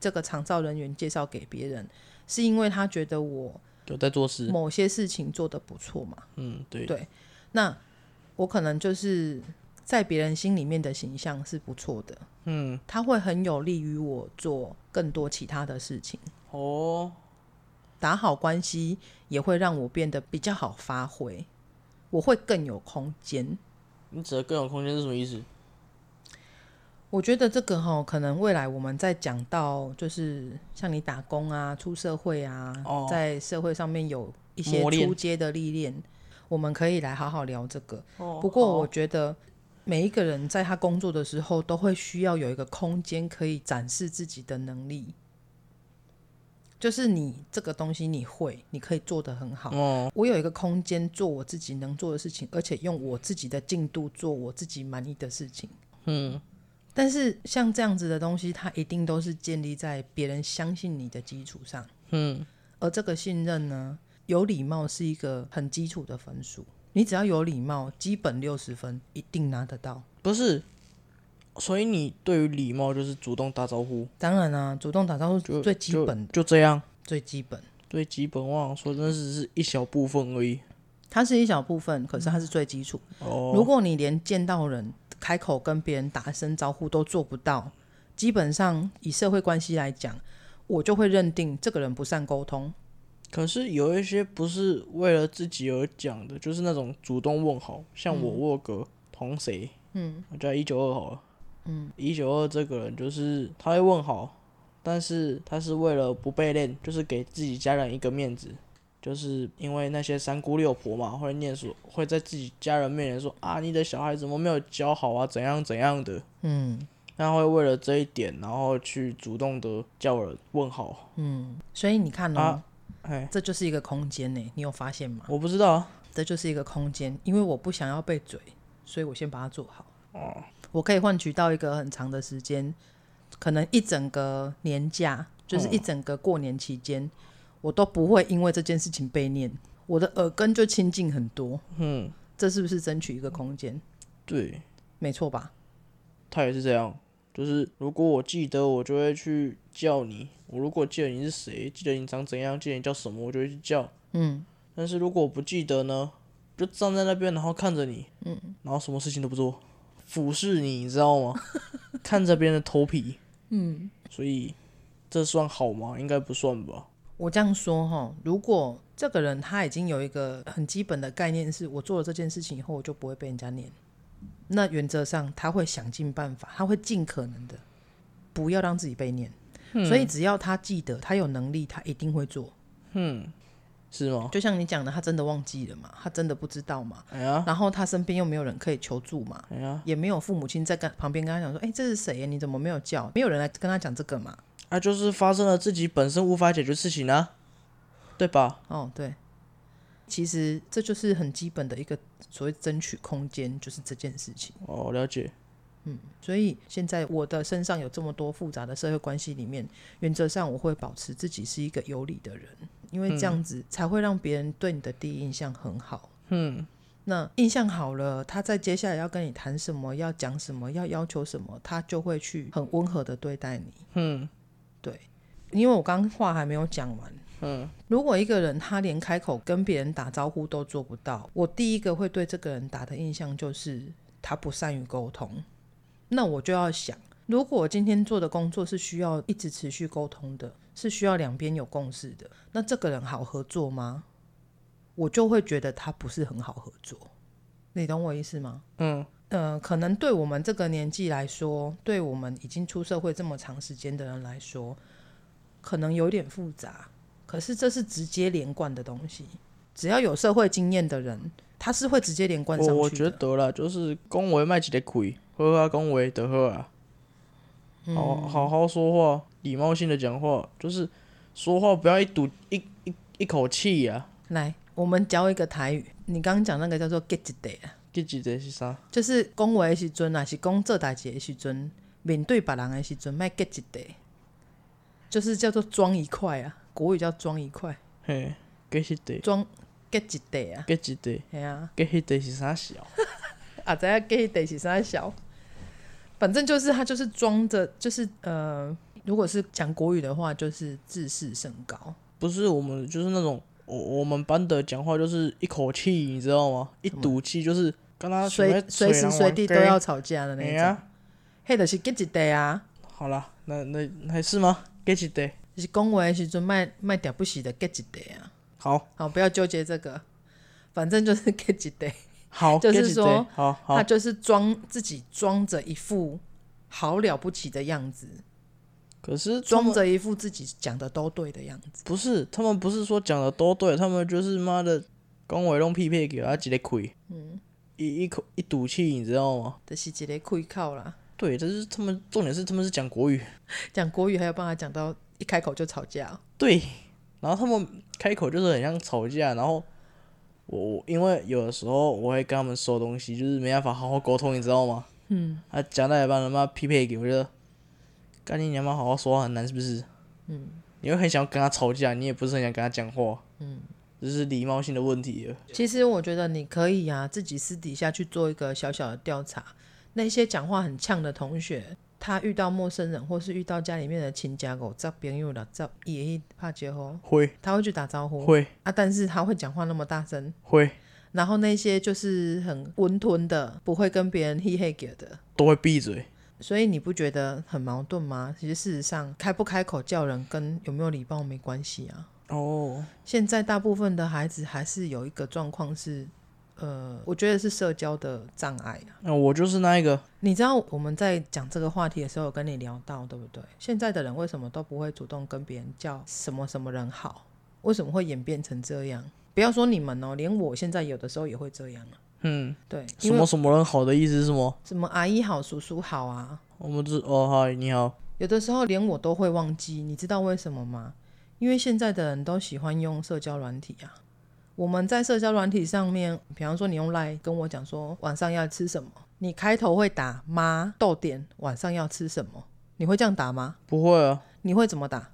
Speaker 2: 这个长照人员介绍给别人？是因为他觉得我
Speaker 1: 有在做事，
Speaker 2: 某些事情做得不错嘛？
Speaker 1: 嗯，对，
Speaker 2: 对那我可能就是在别人心里面的形象是不错的，嗯，他会很有利于我做更多其他的事情。
Speaker 1: 哦，
Speaker 2: 打好关系也会让我变得比较好发挥，我会更有空间。
Speaker 1: 你指的更有空间是什么意思？
Speaker 2: 我觉得这个哈、可能未来我们在讲到就是像你打工啊、出社会啊，
Speaker 1: 哦
Speaker 2: 在社会上面有一些
Speaker 1: 磨练
Speaker 2: 出街的历练，我们可以来好好聊这个。
Speaker 1: 哦
Speaker 2: 不过我觉得每一个人在他工作的时候，都会需要有一个空间可以展示自己的能力。就是你这个东西你会，你可以做得很好。
Speaker 1: 哦，
Speaker 2: 我有一个空间做我自己能做的事情，而且用我自己的进度做我自己满意的事情。
Speaker 1: 嗯，
Speaker 2: 但是像这样子的东西，它一定都是建立在别人相信你的基础上。
Speaker 1: 嗯，
Speaker 2: 而这个信任呢，有礼貌是一个很基础的分数。你只要有礼貌，基本六十分一定拿得到。
Speaker 1: 不是，所以你对于礼貌就是主动打招呼，
Speaker 2: 当然啊，主动打招呼
Speaker 1: 就
Speaker 2: 最基本
Speaker 1: 就这样，
Speaker 2: 最基本，
Speaker 1: 最基本我想说真是是一小部分而已。
Speaker 2: 它是一小部分，可是它是最基础。
Speaker 1: 哦，
Speaker 2: 如果你连见到人、开口跟别人打声招呼都做不到，基本上以社会关系来讲，我就会认定这个人不善沟通。
Speaker 1: 可是有一些不是为了自己而讲的，就是那种主动问好，像我我有个彭谁，嗯，我叫一九二好了，嗯，一九二这个人就是他会问好，但是他是为了不被练，就是给自己家人一个面子，就是因为那些三姑六婆嘛，会念说会在自己家人面前说啊，你的小孩怎么没有教好啊，怎样怎样的，
Speaker 2: 嗯
Speaker 1: 他会为了这一点，然后去主动的叫人问好，
Speaker 2: 嗯，所以你看哦，
Speaker 1: 啊哎，
Speaker 2: 这就是一个空间呢，你有发现吗？
Speaker 1: 我不知道啊，
Speaker 2: 这就是一个空间，因为我不想要被嘴，所以我先把它做好。
Speaker 1: 哦
Speaker 2: 我可以换取到一个很长的时间，可能一整个年假，
Speaker 1: 嗯
Speaker 2: 就是一整个过年期间，我都不会因为这件事情被念，我的耳根就清净很多。
Speaker 1: 嗯，
Speaker 2: 这是不是争取一个空间？
Speaker 1: 对
Speaker 2: 没错吧？
Speaker 1: 他也是这样，就是如果我记得，我就会去叫你，我如果记得你是谁，记得你长怎样，记得你叫什么，我就会去叫，
Speaker 2: 嗯，
Speaker 1: 但是如果我不记得呢，就站在那边，然后看着你，嗯，然后什么事情都不做，俯视你，你知道吗？看着别人的头皮，嗯，所以这算好吗？应该不算吧，
Speaker 2: 我这样说哈，如果这个人他已经有一个很基本的概念，是我做了这件事情以后，我就不会被人家念。那原则上他会想尽办法，他会尽可能的不要让自己被念。
Speaker 1: 嗯
Speaker 2: 所以只要他记得，他有能力，他一定会做。
Speaker 1: 是吗？
Speaker 2: 就像你讲的，他真的忘记了嘛？他真的不知道嘛？
Speaker 1: 哎呀，
Speaker 2: 然后他身边又没有人可以求助嘛？
Speaker 1: 哎呀，
Speaker 2: 也没有父母亲在跟旁边跟他讲说：“哎、这是谁呀？你怎么没有叫？”没有人来跟他讲这个嘛？
Speaker 1: 啊，就是发生了自己本身无法解决事情啊，对吧？
Speaker 2: 哦，对，其实这就是很基本的一个所谓争取空间，就是这件事情。
Speaker 1: 哦，了解，嗯
Speaker 2: 所以现在我的身上有这么多复杂的社会关系里面，原则上我会保持自己是一个有理的人，因为这样子才会让别人对你的第一印象很好。
Speaker 1: 嗯，
Speaker 2: 那印象好了，他在接下来要跟你谈什么，要讲什么，要要求什么，他就会去很温和的对待你。
Speaker 1: 嗯，
Speaker 2: 对，因为我刚刚话还没有讲完。嗯，如果一个人他连开口跟别人打招呼都做不到，我第一个会对这个人打的印象就是他不善于沟通。那我就要想，如果我今天做的工作是需要一直持续沟通的，是需要两边有共识的，那这个人好合作吗？我就会觉得他不是很好合作。你懂我意思吗？
Speaker 1: 嗯，
Speaker 2: 呃，可能对我们这个年纪来说，对我们已经出社会这么长时间的人来说，可能有点复杂。可是这是直接连贯的东西，只要有社会经验的人，他是会直接连贯上
Speaker 1: 我
Speaker 2: 去的。
Speaker 1: 我觉得啦，就是恭维卖几的鬼，呵啊，恭维的呵啊，
Speaker 2: 嗯
Speaker 1: 好好好说话，礼貌性的讲话，就是说话不要一堵一一一口气呀、啊。
Speaker 2: 来，我们教一个台语，你刚刚讲那个叫做 get day 啊，
Speaker 1: 这几个是啥？
Speaker 2: 就是讲话的时阵啊，是讲做代志的时阵，面对别人的时阵，卖 get day，就是叫做装一块啊，国语叫装一块，
Speaker 1: 嘿，这是的，
Speaker 2: 装 get day 啊，
Speaker 1: 这几个，
Speaker 2: 系啊，
Speaker 1: 这迄个是啥小？ [LAUGHS]
Speaker 2: 啊，知影 get day 是啥小，反正就是他就是装着，就是呃，如果是讲国语的话，就是自视甚高，
Speaker 1: 不是我们就是那种我我们班的讲话就是一口气，你知道吗？一堵气就是跟他
Speaker 2: 啊随随时随地都要吵架的
Speaker 1: 哎
Speaker 2: 那
Speaker 1: 呀
Speaker 2: 种，、嘿、就是 get day 啊。
Speaker 1: 好啦，那那还是吗？这几个
Speaker 2: 就是讲话的时阵，卖卖点不时的 get 一堆啊，
Speaker 1: 好
Speaker 2: 好，不要纠结这个，反正就是 [LAUGHS] get 一堆，
Speaker 1: 好，
Speaker 2: 就是
Speaker 1: 这几个
Speaker 2: 说
Speaker 1: 好
Speaker 2: 他
Speaker 1: 好
Speaker 2: 就是装自己装着一副好了不起的样子，
Speaker 1: 可是他
Speaker 2: 装
Speaker 1: 们
Speaker 2: 着一副自己讲的都对的样子，
Speaker 1: 不是，他们不是说讲的都对，他们就是妈的恭维弄屁屁给他几个亏，嗯，一一口一堵气，你知道吗？
Speaker 2: 就是一个开口啦。
Speaker 1: 对，但是他们重点是他们是讲国语，
Speaker 2: 讲国语还有办法讲到一开口就吵架哦，
Speaker 1: 对，然后他们开口就是很像吵架，然后我我因为有的时候我会跟他们说东西，就是没办法好好沟通，你知道吗？嗯，啊，讲到一半他妈匹配给我，我就干你娘妈好好说话很难是不是？嗯，你会很想要跟他吵架，你也不是很想跟他讲话，嗯，这是礼貌性的问题了，
Speaker 2: 其实我觉得你可以啊，自己私底下去做一个小小的调查，那些讲话很呛的同学，他遇到陌生人或是遇到家里面的亲家狗、这朋友了，这也怕结婚，
Speaker 1: 会
Speaker 2: 他会去打招呼
Speaker 1: 会
Speaker 2: 啊，但是他会讲话那么大声，
Speaker 1: 会
Speaker 2: 然后那些就是很温吞的，不会跟别人嘿嘿给的。
Speaker 1: 都会闭嘴，
Speaker 2: 所以你不觉得很矛盾吗？其实事实上，开不开口叫人跟有没有礼貌没关系啊。
Speaker 1: 哦，
Speaker 2: 现在大部分的孩子还是有一个状况是，呃，我觉得是社交的障碍啊。
Speaker 1: 那、我就是那一个，
Speaker 2: 你知道我们在讲这个话题的时候有跟你聊到，对不对？现在的人为什么都不会主动跟别人叫什么什么人好？为什么会演变成这样？不要说你们哦，连我现在有的时候也会这样啊。
Speaker 1: 嗯，
Speaker 2: 对，
Speaker 1: 什
Speaker 2: 因为
Speaker 1: 么什么人好的意思是什么？
Speaker 2: 什么阿姨好、叔叔好啊，
Speaker 1: 我们就是哦嗨你好，
Speaker 2: 有的时候连我都会忘记，你知道为什么吗？因为现在的人都喜欢用社交软体啊。我们在社交软体上面，比方说你用 LINE 跟我讲说晚上要吃什么，你开头会打妈逗点晚上要吃什么，你会这样打吗？
Speaker 1: 不会啊，
Speaker 2: 你会怎么打？
Speaker 1: 啊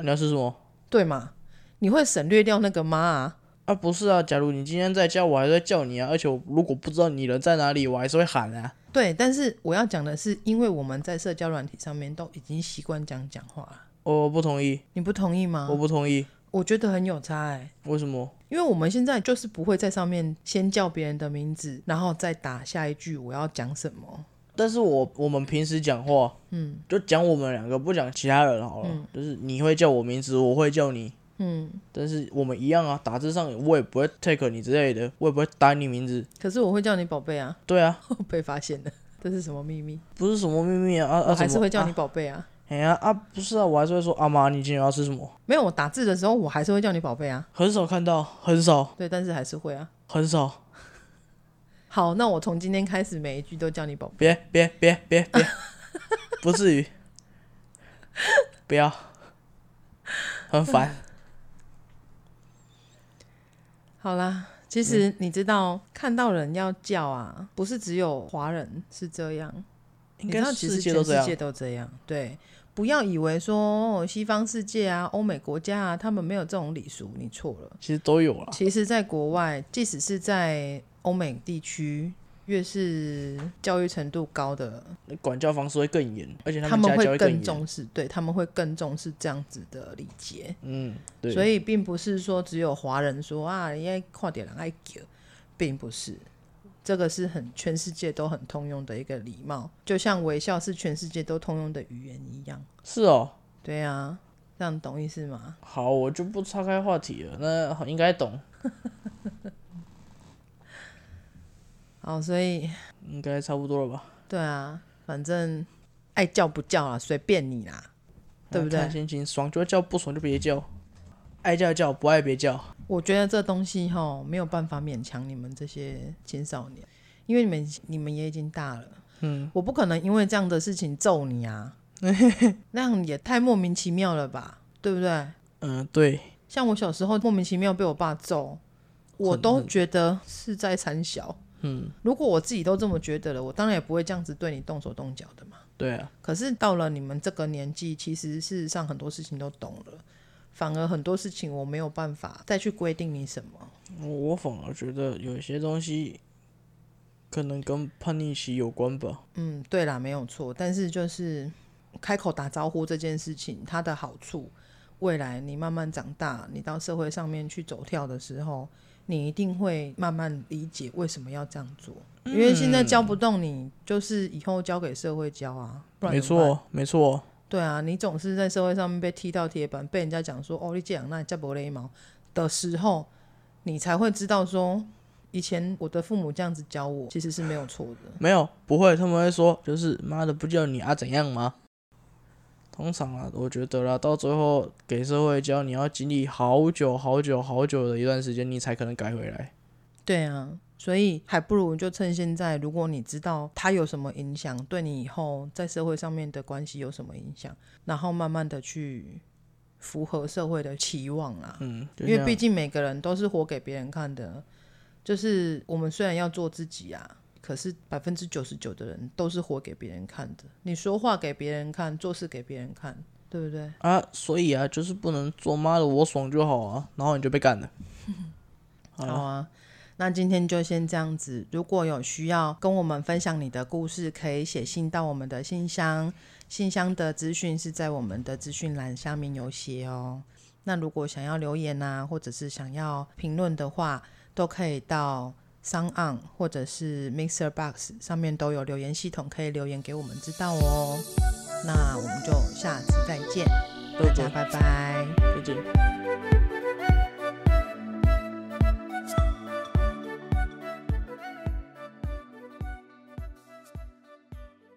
Speaker 1: 你要吃什么？
Speaker 2: 对吗？你会省略掉那个妈啊？
Speaker 1: 啊不是啊，假如你今天在家，我还在叫你啊，而且我如果不知道你人在哪里，我还是会喊啊。
Speaker 2: 对，但是我要讲的是，因为我们在社交软体上面都已经习惯这样讲话了，
Speaker 1: 我不同意，
Speaker 2: 你不同意吗？
Speaker 1: 我不同意，
Speaker 2: 我觉得很有差哎、
Speaker 1: 为什么？
Speaker 2: 因为我们现在就是不会在上面先叫别人的名字，然后再打下一句我要讲什么。
Speaker 1: 但是我我们平时讲话，嗯，就讲我们两个，不讲其他人好了。
Speaker 2: 嗯
Speaker 1: 就是你会叫我名字，我会叫你，嗯。但是我们一样啊，打字上我也不会 take 你之类的，我也不会打你名字。
Speaker 2: 可是我会叫你宝贝啊， [LAUGHS]
Speaker 1: 对啊，
Speaker 2: 被发现了，这是什么秘密？
Speaker 1: 不是什么秘密啊啊
Speaker 2: 我
Speaker 1: 啊！
Speaker 2: 还是
Speaker 1: 怎么
Speaker 2: 会叫你
Speaker 1: 啊
Speaker 2: 宝贝啊。
Speaker 1: 哎呀啊不是啊，我还是会说阿妈，你今天要吃什么？
Speaker 2: 没有，我打字的时候我还是会叫你宝贝啊。
Speaker 1: 很少看到，很少，
Speaker 2: 对，但是还是会啊。
Speaker 1: 很少。
Speaker 2: 好，那我从今天开始每一句都叫你宝贝。
Speaker 1: 别别别别别，不至于，不要，很烦。
Speaker 2: 嗯好啦，其
Speaker 1: 嗯
Speaker 2: 实你知道，看到人要叫啊，不是只有华人是这样，
Speaker 1: 应
Speaker 2: 你
Speaker 1: 该
Speaker 2: 知道其
Speaker 1: 世
Speaker 2: 实
Speaker 1: 界
Speaker 2: 全
Speaker 1: 都这
Speaker 2: 世
Speaker 1: 样
Speaker 2: 界。都这样。对，不要以为说哦西方世界啊、欧美国家啊，他们没有这种礼俗，你错了。
Speaker 1: 其实都有啦。
Speaker 2: 其实，在国外，即使是在欧美地区，越是教育程度高的，
Speaker 1: 管教方式会更严，而且
Speaker 2: 他
Speaker 1: 们
Speaker 2: 们
Speaker 1: 家教
Speaker 2: 会
Speaker 1: 更
Speaker 2: 更
Speaker 1: 严。
Speaker 2: 重视，对他们会更重视这样子的礼节。
Speaker 1: 嗯，对。
Speaker 2: 所
Speaker 1: 以
Speaker 2: 以，并不是说只有华人说啊，因为跨点人爱叫，并不是。这个是很全世界都很通用的一个礼貌，就像微笑是全世界都通用的语言一样。
Speaker 1: 是哦，
Speaker 2: 对啊，这样懂意思吗？
Speaker 1: 好，我就不岔开话题了。那好应该懂，
Speaker 2: 好，所以
Speaker 1: 应该差不多了吧？
Speaker 2: 对啊，反正爱叫不叫啦，随便你啦，对不
Speaker 1: 看
Speaker 2: 对？
Speaker 1: 心情，爽就叫，不爽就别叫。爱叫叫，不爱别叫。
Speaker 2: 我觉得这东西哈没有办法勉强你们这些青少年，因为你们你们也已经大了，嗯，我不可能因为这样的事情揍你 [LAUGHS] 啊，那样也太莫名其妙了吧，对不对？
Speaker 1: 嗯，对，
Speaker 2: 像我小时候莫名其妙被我爸揍，我都觉得是在残小。嗯，如果我自己都这么觉得了，我当然也不会这样子对你动手动脚的嘛。
Speaker 1: 对啊，
Speaker 2: 可是到了你们这个年纪，其实事实上很多事情都懂了，反而很多事情我没有办法再去规定你什么。
Speaker 1: 我我反而觉得有些东西可能跟叛逆期有关吧。
Speaker 2: 嗯，对啦，没有错。但是就是开口打招呼这件事情，它的好处，未来你慢慢长大，你到社会上面去走跳的时候，你一定会慢慢理解为什么要这样做。因为现
Speaker 1: 嗯
Speaker 2: 在教不动你，就是以后交给社会教啊，不然
Speaker 1: 没
Speaker 2: 怎么办
Speaker 1: 错，没错，
Speaker 2: 对啊，你总是在社会上面被踢到铁板，被人家讲说“哦，你这样那叫不勒毛”的时候，你才会知道说，以前我的父母这样子教我其实是没有错的。
Speaker 1: 没有不会，他们会说就是妈的不叫你啊怎样吗？通常啊，我觉得啦，到最后给社会教，你要经历好久好久好久的一段时间，你才可能改回来。
Speaker 2: 对啊，所以还不如就趁现在，如果你知道它有什么影响，对你以后在社会上面的关系有什么影响，然后慢慢的去符合社会的期望啊啦。
Speaker 1: 嗯，就
Speaker 2: 因为
Speaker 1: 像
Speaker 2: 毕竟每个人都是活给别人看的，就是我们虽然要做自己啊，可是百分之九十九的人都是活给别人看的。你说话给别人看，做事给别人看，对不对？
Speaker 1: 啊，所以啊，就是不能做妈的我爽就好啊，然后你就被干了。好啦
Speaker 2: 好啊，那今天就先这样子。如果有需要跟我们分享你的故事，可以写信到我们的信箱，信箱的资讯是在我们的资讯栏下面有写哦。那如果想要留言啊，或者是想要评论的话，都可以到 s o n On 或者是 Mixer Box 上面都有留言系统，可以留言给我们知道哦。那我们就下次再见，大家拜拜。
Speaker 1: 再见。